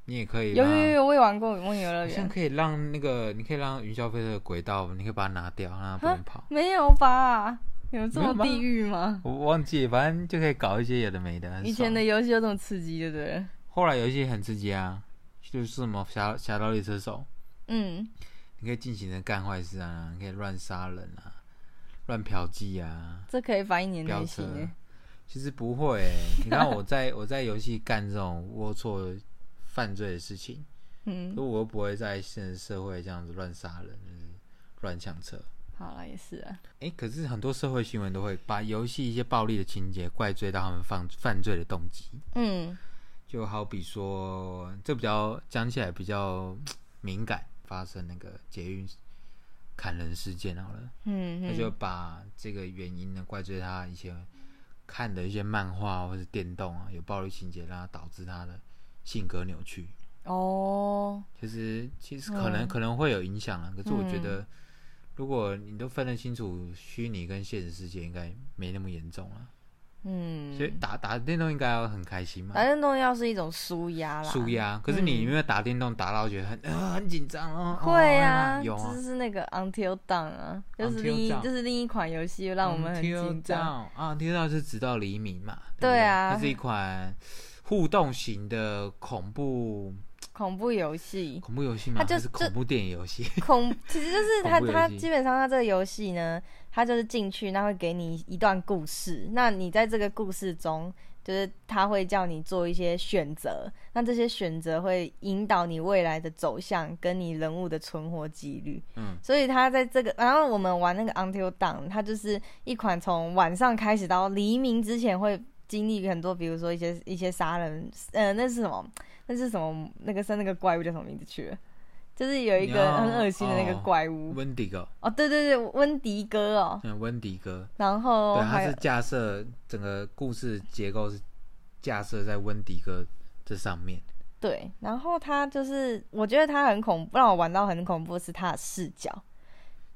[SPEAKER 1] 你也可以
[SPEAKER 2] 有
[SPEAKER 1] 让它，
[SPEAKER 2] 有有，我也玩过梦游乐
[SPEAKER 1] 好像
[SPEAKER 2] 园，
[SPEAKER 1] 可以让那个，你可以让云霄飞车的轨道，你可以把它拿掉，让它不能跑。
[SPEAKER 2] 没有吧？有这
[SPEAKER 1] 没有吗
[SPEAKER 2] 么地狱吗？
[SPEAKER 1] 我忘记，反正就可以搞一些有的没的。很
[SPEAKER 2] 以前
[SPEAKER 1] 爽
[SPEAKER 2] 的，游戏就这么刺激，对不对？
[SPEAKER 1] 后来游戏很刺激啊，就是什么侠侠盗猎车手，
[SPEAKER 2] 嗯，
[SPEAKER 1] 你可以尽情的干坏事啊，你可以乱杀人啊，乱嫖妓啊，
[SPEAKER 2] 这可以反映你的
[SPEAKER 1] 飙
[SPEAKER 2] 内
[SPEAKER 1] 车啊
[SPEAKER 2] 心耶。
[SPEAKER 1] 其实不会欸、你看我在 我在游戏干这种龌龊犯罪的事情，
[SPEAKER 2] 嗯，
[SPEAKER 1] 所以我又不会在现实社会这样子乱杀人，就是乱抢车。
[SPEAKER 2] 好了，也是啊。
[SPEAKER 1] 哎、可是很多社会新闻都会把游戏一些暴力的情节怪罪到他们犯犯罪的动机，
[SPEAKER 2] 嗯
[SPEAKER 1] 就好比说，这比较讲起来比较敏感，发生那个捷运砍人事件好了，
[SPEAKER 2] 嗯
[SPEAKER 1] 他
[SPEAKER 2] 嗯，
[SPEAKER 1] 就把这个原因呢怪罪他以前看的一些漫画或是电动啊有暴力情节，让他导致他的性格扭曲。
[SPEAKER 2] 哦，
[SPEAKER 1] 其实其实可能、
[SPEAKER 2] 嗯
[SPEAKER 1] 可能会有影响了，可是我觉
[SPEAKER 2] 嗯
[SPEAKER 1] 得，如果你都分得清楚虚拟跟现实世界，应该没那么严重了。啊
[SPEAKER 2] 嗯，
[SPEAKER 1] 所以打打电动应该要很开心嘛
[SPEAKER 2] 打，电动要是一种舒压啦，嗯
[SPEAKER 1] 舒压。可是你有没有打电动打到觉得很呃很紧张哦？哦
[SPEAKER 2] 会啊，
[SPEAKER 1] 有
[SPEAKER 2] 这
[SPEAKER 1] 啊，
[SPEAKER 2] 就是那个 Until Dawn 啊，就是另一
[SPEAKER 1] Until Dawn
[SPEAKER 2] 就是另一款游戏，让我们很紧张。
[SPEAKER 1] 到嗯啊，听到是直到黎明嘛？对不
[SPEAKER 2] 对
[SPEAKER 1] 对
[SPEAKER 2] 啊
[SPEAKER 1] 它是一款互动型的恐怖
[SPEAKER 2] 恐怖 游戏，
[SPEAKER 1] 恐怖游戏嘛，
[SPEAKER 2] 它就
[SPEAKER 1] 还是
[SPEAKER 2] 就
[SPEAKER 1] 恐怖电影游 戏。
[SPEAKER 2] 恐其实就是它
[SPEAKER 1] 恐怖游戏
[SPEAKER 2] 它基本上它这个游戏呢，它就是进去，那会给你一段故事，那你在这个故事中。就是它会叫你做一些选择，那这些选择会引导你未来的走向，跟你人物的存活几率。
[SPEAKER 1] 嗯，
[SPEAKER 2] 所以他在这个，然后我们玩那个 Until Dawn，它就是一款从晚上开始到黎明之前会经历很多，比如说一些一些杀人，呃，那是什么？那是什么？那个是那个怪物叫什么名字去了？就是有一
[SPEAKER 1] 你
[SPEAKER 2] 个
[SPEAKER 1] 要
[SPEAKER 2] 很恶心的那个
[SPEAKER 1] 哦
[SPEAKER 2] 怪物哦
[SPEAKER 1] 温迪哥，
[SPEAKER 2] 对对对，温迪哥哦，
[SPEAKER 1] 嗯，温迪哥，
[SPEAKER 2] 然后
[SPEAKER 1] 对，
[SPEAKER 2] 哦还
[SPEAKER 1] 它
[SPEAKER 2] 有
[SPEAKER 1] 是架设整个故事结构是架设在温迪哥这上面。
[SPEAKER 2] 对，然后他就是我觉得他很恐怖，让我玩到很恐怖的是他的视角，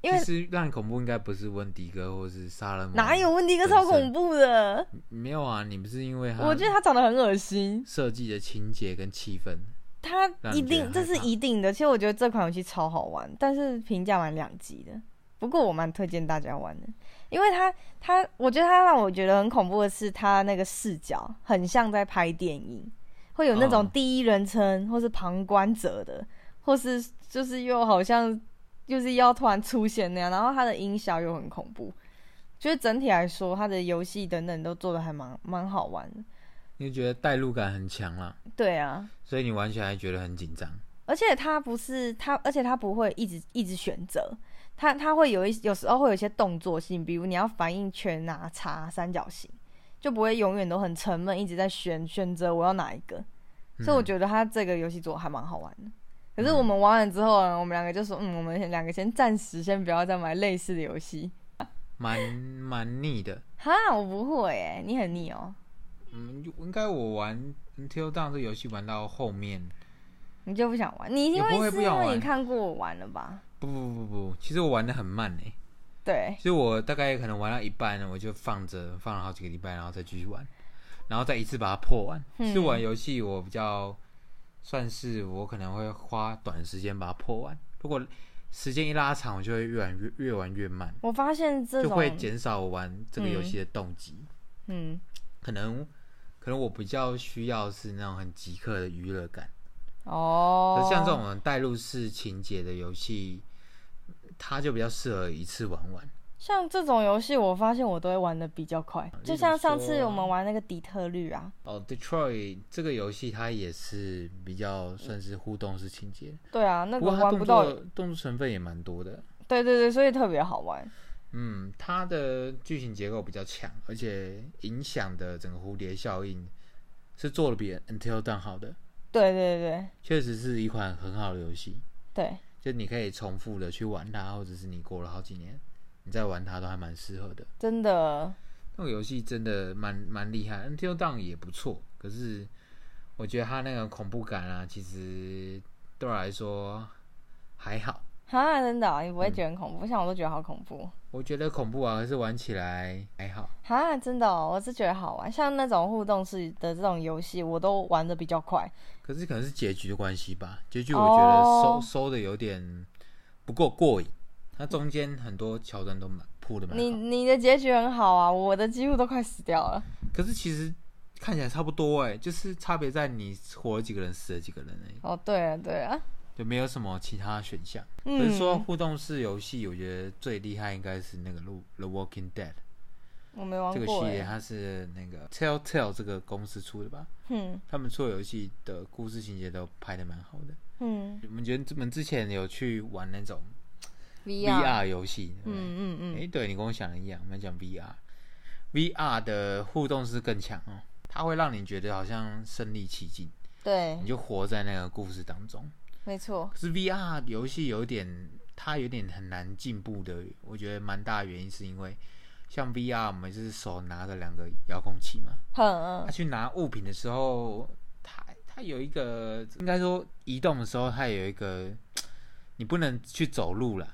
[SPEAKER 2] 因为
[SPEAKER 1] 其实让你恐怖应该不是温迪哥或是杀人魔，
[SPEAKER 2] 哪有温迪哥
[SPEAKER 1] 本
[SPEAKER 2] 超
[SPEAKER 1] 身
[SPEAKER 2] 恐怖的？
[SPEAKER 1] 没有啊？你不是因为他
[SPEAKER 2] 我觉得他长得很恶心。
[SPEAKER 1] 设计的情节跟气氛，
[SPEAKER 2] 它
[SPEAKER 1] 让
[SPEAKER 2] 一
[SPEAKER 1] 你觉得
[SPEAKER 2] 定，这
[SPEAKER 1] 害
[SPEAKER 2] 是
[SPEAKER 1] 怕
[SPEAKER 2] 一定的。其实我觉得这款游戏超好玩，但是评价蛮两极的。不过我蛮推荐大家玩的，因为它它，我觉得它让我觉得很恐怖的是，它那个视角很像在拍电影，会有那种
[SPEAKER 1] 哦
[SPEAKER 2] 第一人称或是旁观者的，或是就是又好像就是要突然出现那样，然后它的音效又很恐怖。就是整体来说，它的游戏等等都做的还蛮蛮好玩的。
[SPEAKER 1] 你就觉得代入感很强啦，
[SPEAKER 2] 对啊，
[SPEAKER 1] 所以你玩起来觉得很紧张。
[SPEAKER 2] 而且他不是他，而且他不会一直一直选择，他他会有一有时候会有一些动作性，比如你要反应拳啊、叉、三角形，就不会永远都很沉闷，一直在选选择我要哪一个。
[SPEAKER 1] 嗯
[SPEAKER 2] 所以我觉得他这个游戏做得还蛮好玩的。可是我们玩完之后呢，我们两个就说，嗯，我们先两个先暂时先不要再买类似的游戏。
[SPEAKER 1] 蛮 蛮腻的。
[SPEAKER 2] 哈，我不会哎，你很腻哦，
[SPEAKER 1] 嗯，就应该我玩 Until Dawn 这游戏玩到后面，
[SPEAKER 2] 你就不想玩，你因
[SPEAKER 1] 也不
[SPEAKER 2] 为
[SPEAKER 1] 会
[SPEAKER 2] 是
[SPEAKER 1] 不
[SPEAKER 2] 因
[SPEAKER 1] 想
[SPEAKER 2] 为你
[SPEAKER 1] 玩
[SPEAKER 2] 看过我玩了吧？
[SPEAKER 1] 不不不不，其实我玩的很慢诶、
[SPEAKER 2] 对，
[SPEAKER 1] 其实我大概可能玩到一半，我就放着，放了好几个礼拜，然后再继续玩，然后再一次把它破完。
[SPEAKER 2] 嗯
[SPEAKER 1] 其实玩游戏我比较算是我可能会花短时间把它破完，如果时间一拉长，我就会越玩越越玩越慢，
[SPEAKER 2] 我发现这
[SPEAKER 1] 就
[SPEAKER 2] 种
[SPEAKER 1] 会减少我玩这个游戏的动机。
[SPEAKER 2] 嗯
[SPEAKER 1] 可能可能我比较需要是那种很即刻的娱乐感，
[SPEAKER 2] 哦
[SPEAKER 1] 可，是像这种带入式情节的游戏，它就比较适合一次玩完。
[SPEAKER 2] 像这种游戏，我发现我都会玩的比较快，
[SPEAKER 1] 啊例
[SPEAKER 2] 就
[SPEAKER 1] 如
[SPEAKER 2] 像上次
[SPEAKER 1] 说
[SPEAKER 2] 我们玩那个底特律啊，
[SPEAKER 1] 哦，Detroit 这个游戏它也是比较算是互动式情节，
[SPEAKER 2] 对啊，那
[SPEAKER 1] 不
[SPEAKER 2] 个
[SPEAKER 1] 过它
[SPEAKER 2] 玩不
[SPEAKER 1] 动
[SPEAKER 2] 到，
[SPEAKER 1] 作动作成分也蛮多的。
[SPEAKER 2] 对对对，所以特别好玩。
[SPEAKER 1] 嗯，它的剧情结构比较强，而且影响的整个蝴蝶效应是做的比 Until Dawn 好的，
[SPEAKER 2] 对对对
[SPEAKER 1] 确实是一款很好的游戏。
[SPEAKER 2] 对
[SPEAKER 1] 就你可以重复的去玩它，或者是你过了好几年，你再玩它都还蛮适合的。
[SPEAKER 2] 真的，
[SPEAKER 1] 那个游戏真的蛮蛮厉害，Until Dawn 也不错，可是我觉得它那个恐怖感啊，其实对我来说还好。
[SPEAKER 2] 哈，真的啊、你不会觉得很恐怖？像我都觉得好恐怖，
[SPEAKER 1] 我觉得恐怖啊，可是玩起来还好。
[SPEAKER 2] 哈，真的哦、我是觉得好玩。像那种互动式的这种游戏，我都玩的比较快。
[SPEAKER 1] 可是可能是结局的关系吧，结局我觉得收、
[SPEAKER 2] 哦
[SPEAKER 1] 收的有点不够过瘾，它中间很多桥段都蛮铺的蛮
[SPEAKER 2] 你
[SPEAKER 1] 好。
[SPEAKER 2] 你的结局很好啊，我的几乎都快死掉了。
[SPEAKER 1] 可是其实看起来差不多哎、就是差别在你活了几个人，死了几个人而已。
[SPEAKER 2] 哦，对啊对啊，
[SPEAKER 1] 就没有什么其他选项。可
[SPEAKER 2] 嗯，
[SPEAKER 1] 是说互动式游戏，我觉得最厉害应该是那个《路 The Walking Dead
[SPEAKER 2] 我没》玩
[SPEAKER 1] 这个系
[SPEAKER 2] 过、
[SPEAKER 1] 列，啊
[SPEAKER 2] 欸，
[SPEAKER 1] 它是那个 Telltale 这个公司出的吧？
[SPEAKER 2] 嗯
[SPEAKER 1] 他们做游戏的故事情节都拍的蛮好的。
[SPEAKER 2] 嗯
[SPEAKER 1] 我们觉得我们之前有去玩那种
[SPEAKER 2] ，VR，
[SPEAKER 1] VR 游戏，对不对
[SPEAKER 2] 嗯嗯嗯
[SPEAKER 1] 诶，对你跟我想的一样，我们讲 VR。VR 的互动是更强哦，它会让你觉得好像身临其境，
[SPEAKER 2] 对
[SPEAKER 1] 你，就活在那个故事当中。
[SPEAKER 2] 没错，
[SPEAKER 1] 可是 VR 游戏有点，它有点很难进步的，我觉得蛮大的原因是因为，像 VR 我们就是手拿着两个遥控器嘛，
[SPEAKER 2] 哼嗯
[SPEAKER 1] 它去拿物品的时候，它它有一个，应该说移动的时候，它有一个，你不能去走路了，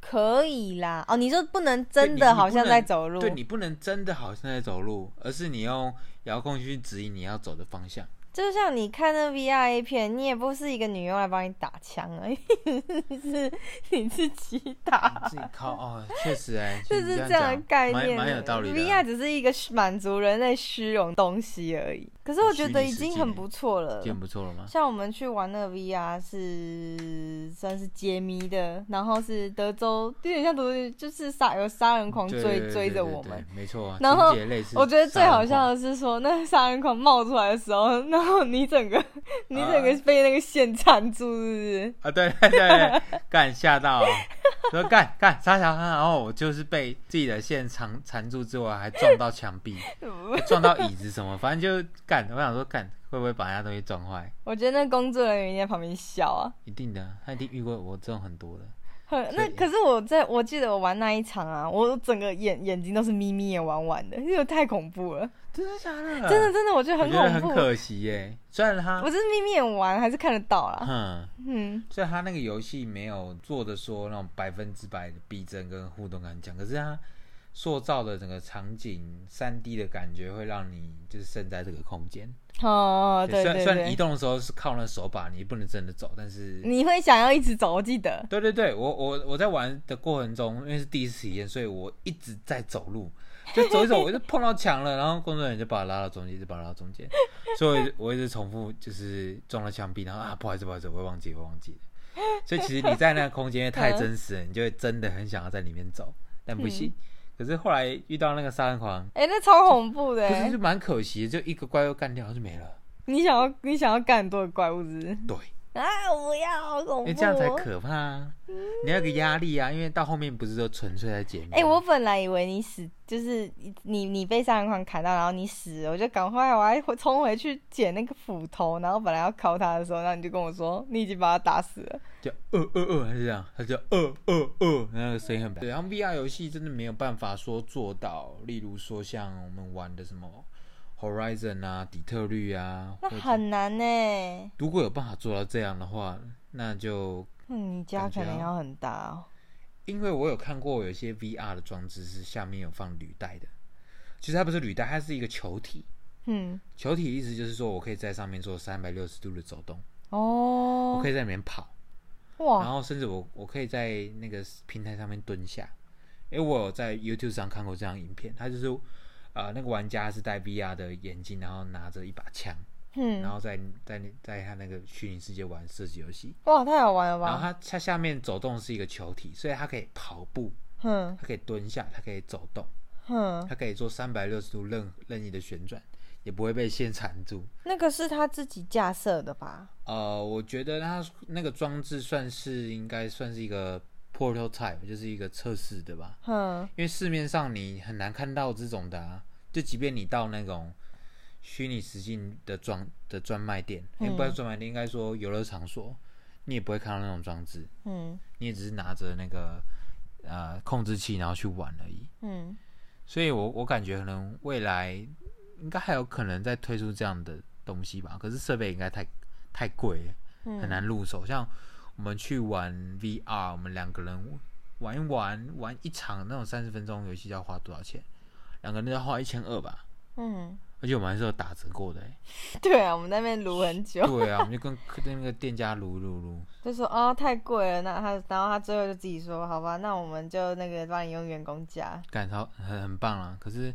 [SPEAKER 2] 可以啦。哦，你说不能真的好像在走路，
[SPEAKER 1] 对你不能真的好像在走路，而是你用遥控去指引你要走的方 向。
[SPEAKER 2] 就像你看那 V R A 片，你也不是一个女佣来帮你打枪而已， 是你自己打。
[SPEAKER 1] 自己靠哦，确实哎、
[SPEAKER 2] 就
[SPEAKER 1] 其实
[SPEAKER 2] 是
[SPEAKER 1] 这
[SPEAKER 2] 这样的
[SPEAKER 1] 讲
[SPEAKER 2] 概
[SPEAKER 1] 蛮
[SPEAKER 2] 念，
[SPEAKER 1] 蛮有道理的啊
[SPEAKER 2] VR 只是一个满足人类虚荣东西而已。可是我觉得已经很不错了
[SPEAKER 1] 已。经不错了吗？
[SPEAKER 2] 像我们去玩那个 VR 是算是解谜的，然后是德州，有点像德州，就是杀有杀人狂
[SPEAKER 1] 对
[SPEAKER 2] 追
[SPEAKER 1] 对对
[SPEAKER 2] 追
[SPEAKER 1] 对
[SPEAKER 2] 着
[SPEAKER 1] 对
[SPEAKER 2] 我
[SPEAKER 1] 对
[SPEAKER 2] 们。
[SPEAKER 1] 没错啊，
[SPEAKER 2] 然后
[SPEAKER 1] 情节类似
[SPEAKER 2] 我觉得最
[SPEAKER 1] 杀
[SPEAKER 2] 好
[SPEAKER 1] 人狂
[SPEAKER 2] 笑的是说，那个杀人狂冒出来的时候， 然后你整个你整
[SPEAKER 1] 嗯
[SPEAKER 2] 个被那个线缠住，是不是？
[SPEAKER 1] 啊，对对对，干吓到、哦， 说干干傻小憨，然后我就是被自己的线缠缠住之外，还撞到墙 壁，
[SPEAKER 2] 嗯
[SPEAKER 1] 还撞到椅子什么，反正就干。我想说干会不会把人家东西撞坏？
[SPEAKER 2] 我觉得那工作人员一定在旁边笑啊。
[SPEAKER 1] 一定的，他一定遇过我这种很多的。
[SPEAKER 2] 很
[SPEAKER 1] 所
[SPEAKER 2] 那
[SPEAKER 1] 以
[SPEAKER 2] 可是我在我记得我玩那一场啊，我整个眼眼睛都是眯眯眼玩玩的，因为太恐怖了，
[SPEAKER 1] 真的假的？
[SPEAKER 2] 真的真的我觉得
[SPEAKER 1] 嗯我
[SPEAKER 2] 很
[SPEAKER 1] 觉得
[SPEAKER 2] 恐
[SPEAKER 1] 很
[SPEAKER 2] 怖。
[SPEAKER 1] 可惜耶。虽然他
[SPEAKER 2] 我，就是眯眯眼玩，还是看得到啦。
[SPEAKER 1] 嗯，
[SPEAKER 2] 嗯，
[SPEAKER 1] 虽然他那个游戏没有做的说那种百分之百的逼真跟互动感讲，可是他塑造的整个场景三 D 的感觉，会让你就是身在这个空间。
[SPEAKER 2] 哦，对
[SPEAKER 1] 虽然
[SPEAKER 2] 对
[SPEAKER 1] 虽然移
[SPEAKER 2] 对，
[SPEAKER 1] 动的时候是靠那手把，你不能真的走，但是
[SPEAKER 2] 你会想要一直走，我记得。
[SPEAKER 1] 对对对，我我我在玩的过程中，因为是第一次体验，所以我一直在走路，就走一走，我就碰到墙了，然后工作人员就把我拉到中间，就把我拉到中间，所以我一直我一直重复就是撞了墙壁，然后啊不好意思不好意思，我会忘记我忘记了，所以其实你在那个空间
[SPEAKER 2] 嗯
[SPEAKER 1] 太真实了，你就会真的很想要在里面走，但不行。可是后来遇到那个杀人狂，
[SPEAKER 2] 哎、那超恐怖的、
[SPEAKER 1] 不是
[SPEAKER 2] 欸！
[SPEAKER 1] 就蛮可惜的，就一个怪物干掉就没了，
[SPEAKER 2] 你想要你想要干很多的怪物是不是？
[SPEAKER 1] 对。
[SPEAKER 2] 啊，我不要，好恐
[SPEAKER 1] 因
[SPEAKER 2] 怖、
[SPEAKER 1] 为
[SPEAKER 2] 哦！
[SPEAKER 1] 这样才可怕啊！你要有个压力啊，因为到后面不是都纯粹在解谜吗。
[SPEAKER 2] 哎、我本来以为你死，就是你你被杀人狂砍到，然后你死了，我就赶快我还回冲回去捡那个斧头，然后本来要敲他的时候，然后你就跟我说你已经把他打死了。
[SPEAKER 1] 就呃呃呃，还是这样，他就呃呃呃，那个声音很白。对，然后 VR 游戏真的没有办法说做到，例如说像我们玩的什么 Horizon 啊、底特律啊，
[SPEAKER 2] 那
[SPEAKER 1] 或者
[SPEAKER 2] 很难呢、
[SPEAKER 1] 如果有办法做到这样的话，那就
[SPEAKER 2] 那你家可
[SPEAKER 1] 啊
[SPEAKER 2] 能要很大哦。
[SPEAKER 1] 因为我有看过有一些 VR 的装置是下面有放履带的，其实它不是履带，它是一个球体。
[SPEAKER 2] 嗯，
[SPEAKER 1] 球体意思就是说我可以在上面做三百六十度的走动，我
[SPEAKER 2] 哦
[SPEAKER 1] 可，以在里面跑。然
[SPEAKER 2] 哇，
[SPEAKER 1] 后甚至我我可以在那个平台上面蹲下，因为我有在 YouTube 上看过这样的影片，他就是啊、呃那个玩家是戴 VR 的眼镜，然后拿着一把枪，然
[SPEAKER 2] 嗯，
[SPEAKER 1] 后在在在他那个虚拟世界玩射击游戏，
[SPEAKER 2] 哇，太好玩了
[SPEAKER 1] 然后
[SPEAKER 2] 吧？
[SPEAKER 1] 他他下面走动是一个球体，所以他可以跑步，
[SPEAKER 2] 哼
[SPEAKER 1] 他可以蹲下，他可以走动，
[SPEAKER 2] 哼，
[SPEAKER 1] 他可以做三百六十度任任意的旋转，也不会被线缠住。
[SPEAKER 2] 那个是他自己架设的吧？
[SPEAKER 1] 呃，我觉得它那个装置算是应该算是一个 prototype，就是一个测试的吧。
[SPEAKER 2] 哼，
[SPEAKER 1] 因为市面上你很难看到这种的啊，就即便你到那种虚拟实境的专的专卖店，也、不是专卖店，应该说游乐场所，你也不会看到那种装置，
[SPEAKER 2] 嗯
[SPEAKER 1] 你也只是拿着那个呃控制器然后去玩而已。
[SPEAKER 2] 嗯，
[SPEAKER 1] 所以我我感觉可能未来应该还有可能再推出这样的东西吧，可是设备应该太太贵了，很难入手。像我们去玩 VR，我们两个人玩一玩，玩一场那种三十分钟游戏要花多少钱？两个人要花一千二吧，
[SPEAKER 2] 嗯，
[SPEAKER 1] 而且我们还是有打折过的、欸。
[SPEAKER 2] 对啊，我们在那边撸很久。
[SPEAKER 1] 对啊，我们就跟跟那个店家撸撸撸。
[SPEAKER 2] 就说哦太贵了，那他然后他最后就自己说好吧，那我们就那个帮你用员工价。
[SPEAKER 1] 感超很很棒啊。可是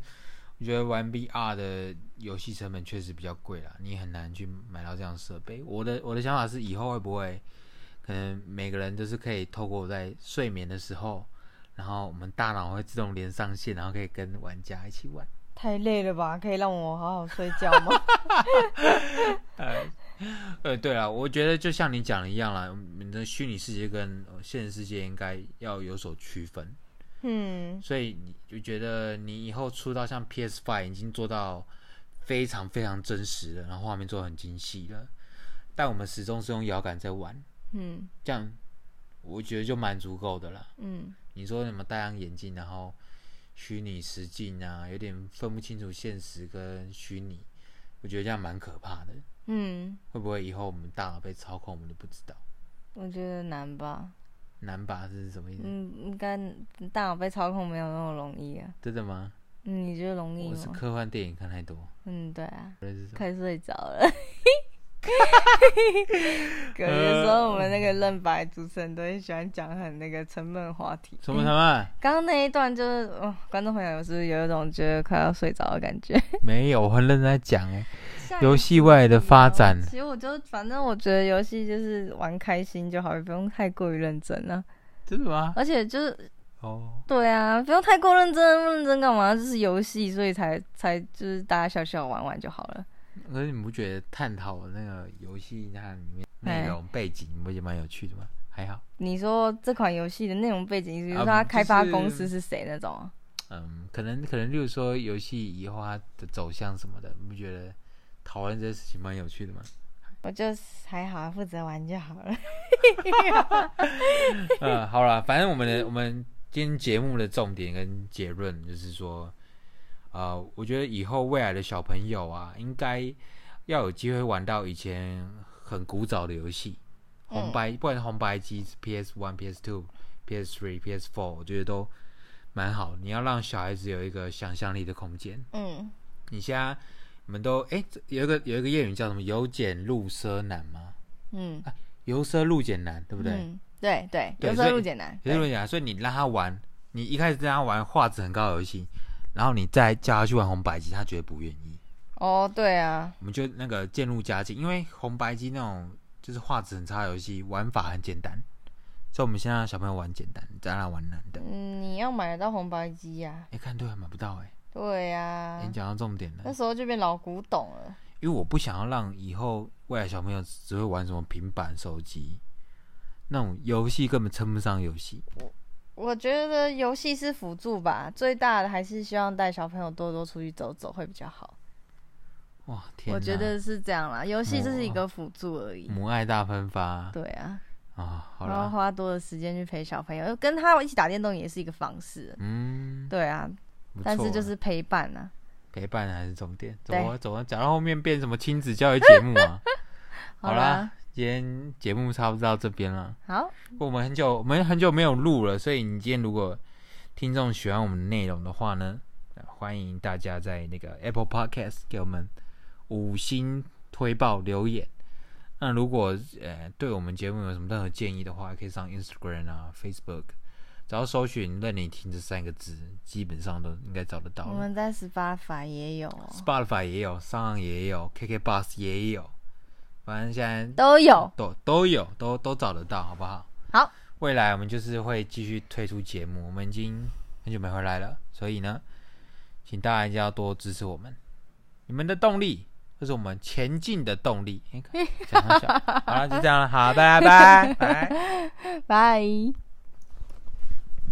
[SPEAKER 1] 我觉得玩 VR 的游戏成本确实比较贵啦，你很难去买到这样的设备。我的我的想法是，以后会不会可能每个人都是可以透过在睡眠的时候，然后我们大脑会自动连上线，然后可以跟玩家一起玩。
[SPEAKER 2] 太累了吧？可以让我好好睡觉吗？
[SPEAKER 1] 呃，对了，我觉得就像你讲的一样啦，我们的虚拟世界跟呃现实世界应该要有所区分。
[SPEAKER 2] 嗯，
[SPEAKER 1] 所以你就觉得你以后出到像 PS Five 已经做到非常非常真实了，然后画面做得很精细了，但我们始终是用摇杆在玩，
[SPEAKER 2] 嗯
[SPEAKER 1] 这样我觉得就蛮足够的啦。
[SPEAKER 2] 嗯
[SPEAKER 1] 你说什么戴上眼镜，然后虚拟实境啊，有点分不清楚现实跟虚拟，我觉得这样蛮可怕的。
[SPEAKER 2] 嗯，
[SPEAKER 1] 会不会以后我们大脑被操控，我们都不知道？
[SPEAKER 2] 我觉得难吧。
[SPEAKER 1] 难吧？这是什么意思？
[SPEAKER 2] 嗯，应该大脑被操控没有那么容易啊。
[SPEAKER 1] 真的吗？
[SPEAKER 2] 嗯你觉得容易
[SPEAKER 1] 我是
[SPEAKER 2] 吗？
[SPEAKER 1] 科幻电影看太多，
[SPEAKER 2] 嗯，对啊，
[SPEAKER 1] 不认识什么。
[SPEAKER 2] 快睡着了。可有时候我们那个认白主持人都会喜欢讲很那个沉闷的话题。
[SPEAKER 1] 什么什么？
[SPEAKER 2] 刚刚那一段就是，哦，观众朋友是不是有一种觉得快要睡着的感觉？
[SPEAKER 1] 没有，我很认真在讲哎、 游戏外的发展
[SPEAKER 2] 其实我就反正我觉得游戏就是玩开心就好，也不用太过于认真了、
[SPEAKER 1] 真的吗？
[SPEAKER 2] 而且就是
[SPEAKER 1] 哦，
[SPEAKER 2] 对啊，不用太过认真，认真干嘛？就是游戏，所以才才就是大家笑笑玩玩就好了。
[SPEAKER 1] 可是你不觉得探讨那个游戏它里面
[SPEAKER 2] 哎
[SPEAKER 1] 内容背景，你不觉得蛮有趣的吗？还好，
[SPEAKER 2] 你说这款游戏的内容背景，比如
[SPEAKER 1] 啊
[SPEAKER 2] 说它
[SPEAKER 1] 就
[SPEAKER 2] 开发
[SPEAKER 1] 是
[SPEAKER 2] 公司是谁那种啊？
[SPEAKER 1] 嗯，可能可能，例如说游戏以后它的走向什么的，你不觉得讨论这些事情蛮有趣的吗？
[SPEAKER 2] 我就还好，负责玩就好 了。
[SPEAKER 1] 嗯，好啦，反正我们的我们今天节目的重点跟结论就是说，呃，我觉得以后未来的小朋友啊，应该要有机会玩到以前很古早的游戏，红白，不管是红白机、PS One、PS Two、PS Three、PS Four，我觉得都蛮好。你要让小孩子有一个想象力的空间。
[SPEAKER 2] 嗯，
[SPEAKER 1] 你现在你们都哎、这有一个有一个谚语叫什么“由俭入奢难”吗？
[SPEAKER 2] 嗯，
[SPEAKER 1] 由奢入俭难，啊对不对？
[SPEAKER 2] 嗯，对对，
[SPEAKER 1] 对
[SPEAKER 2] 由
[SPEAKER 1] 所
[SPEAKER 2] 奢
[SPEAKER 1] 以
[SPEAKER 2] 入俭难。
[SPEAKER 1] 有些人讲，所以你让他玩，你一开始让他玩画质很高的游戏，然后你再叫他去玩红白机，他绝对不愿意。
[SPEAKER 2] 哦，对啊，
[SPEAKER 1] 我们就那个渐入佳境，因为红白机那种就是画质很差的游戏，玩法很简单，所以我们先让小朋友玩简单，再让他玩难的。
[SPEAKER 2] 嗯，你要买得到红白机呀、
[SPEAKER 1] 哎、看对还买不到哎、
[SPEAKER 2] 对呀、
[SPEAKER 1] 诶你讲到重点
[SPEAKER 2] 那
[SPEAKER 1] 了，
[SPEAKER 2] 时候就变老古董了。
[SPEAKER 1] 因为我不想要让以后未来小朋友只会玩什么平板、手机，那种游戏根本称不上游戏。
[SPEAKER 2] 我觉得游戏是辅助吧，最大的还是希望带小朋友多多出去走走会比较好。
[SPEAKER 1] 哇，天哪！
[SPEAKER 2] 我觉得是这样啦，游戏这是一个辅助而已。
[SPEAKER 1] 母爱大喷发啊、
[SPEAKER 2] 对啊，
[SPEAKER 1] 好
[SPEAKER 2] 然后
[SPEAKER 1] 啦，
[SPEAKER 2] 花多的时间去陪小朋友，跟他一起打电动也是一个方式。
[SPEAKER 1] 嗯。
[SPEAKER 2] 对啊，
[SPEAKER 1] 不
[SPEAKER 2] 但
[SPEAKER 1] 错
[SPEAKER 2] 是就
[SPEAKER 1] 啊
[SPEAKER 2] 是陪伴啊。
[SPEAKER 1] 陪伴还是重点。怎
[SPEAKER 2] 对
[SPEAKER 1] 么怎么啊讲到后面变什么亲子教育节目 啊？好
[SPEAKER 2] 好啦
[SPEAKER 1] 啦，今天节目差不多到这边了。
[SPEAKER 2] 好，
[SPEAKER 1] 我们很久我们很久没有录了，所以你今天如果听众喜欢我们的内容的话呢，呃欢迎大家在那个 Apple Podcast 给我们五星推爆留言。那如果呃对我们节目有什么任何建议的话，可以上 Instagram 啊、Facebook，只要搜寻“任你听”这三个字，基本上都应该找得到
[SPEAKER 2] 我
[SPEAKER 1] 了。
[SPEAKER 2] 们在十八法也有哦，
[SPEAKER 1] Spotify 也有，上岸也有，KK Bus 也有，反正现在
[SPEAKER 2] 都有。
[SPEAKER 1] 都都有，都都找得到，好不好？
[SPEAKER 2] 好，
[SPEAKER 1] 未来我们就是会继续推出节目，我们已经很久没回来了，所以呢，请大家一定要多支持我们，你们的动力就是我们前进的动力。诶讲好讲好了，就这样了，好，大家拜拜。拜
[SPEAKER 2] 拜。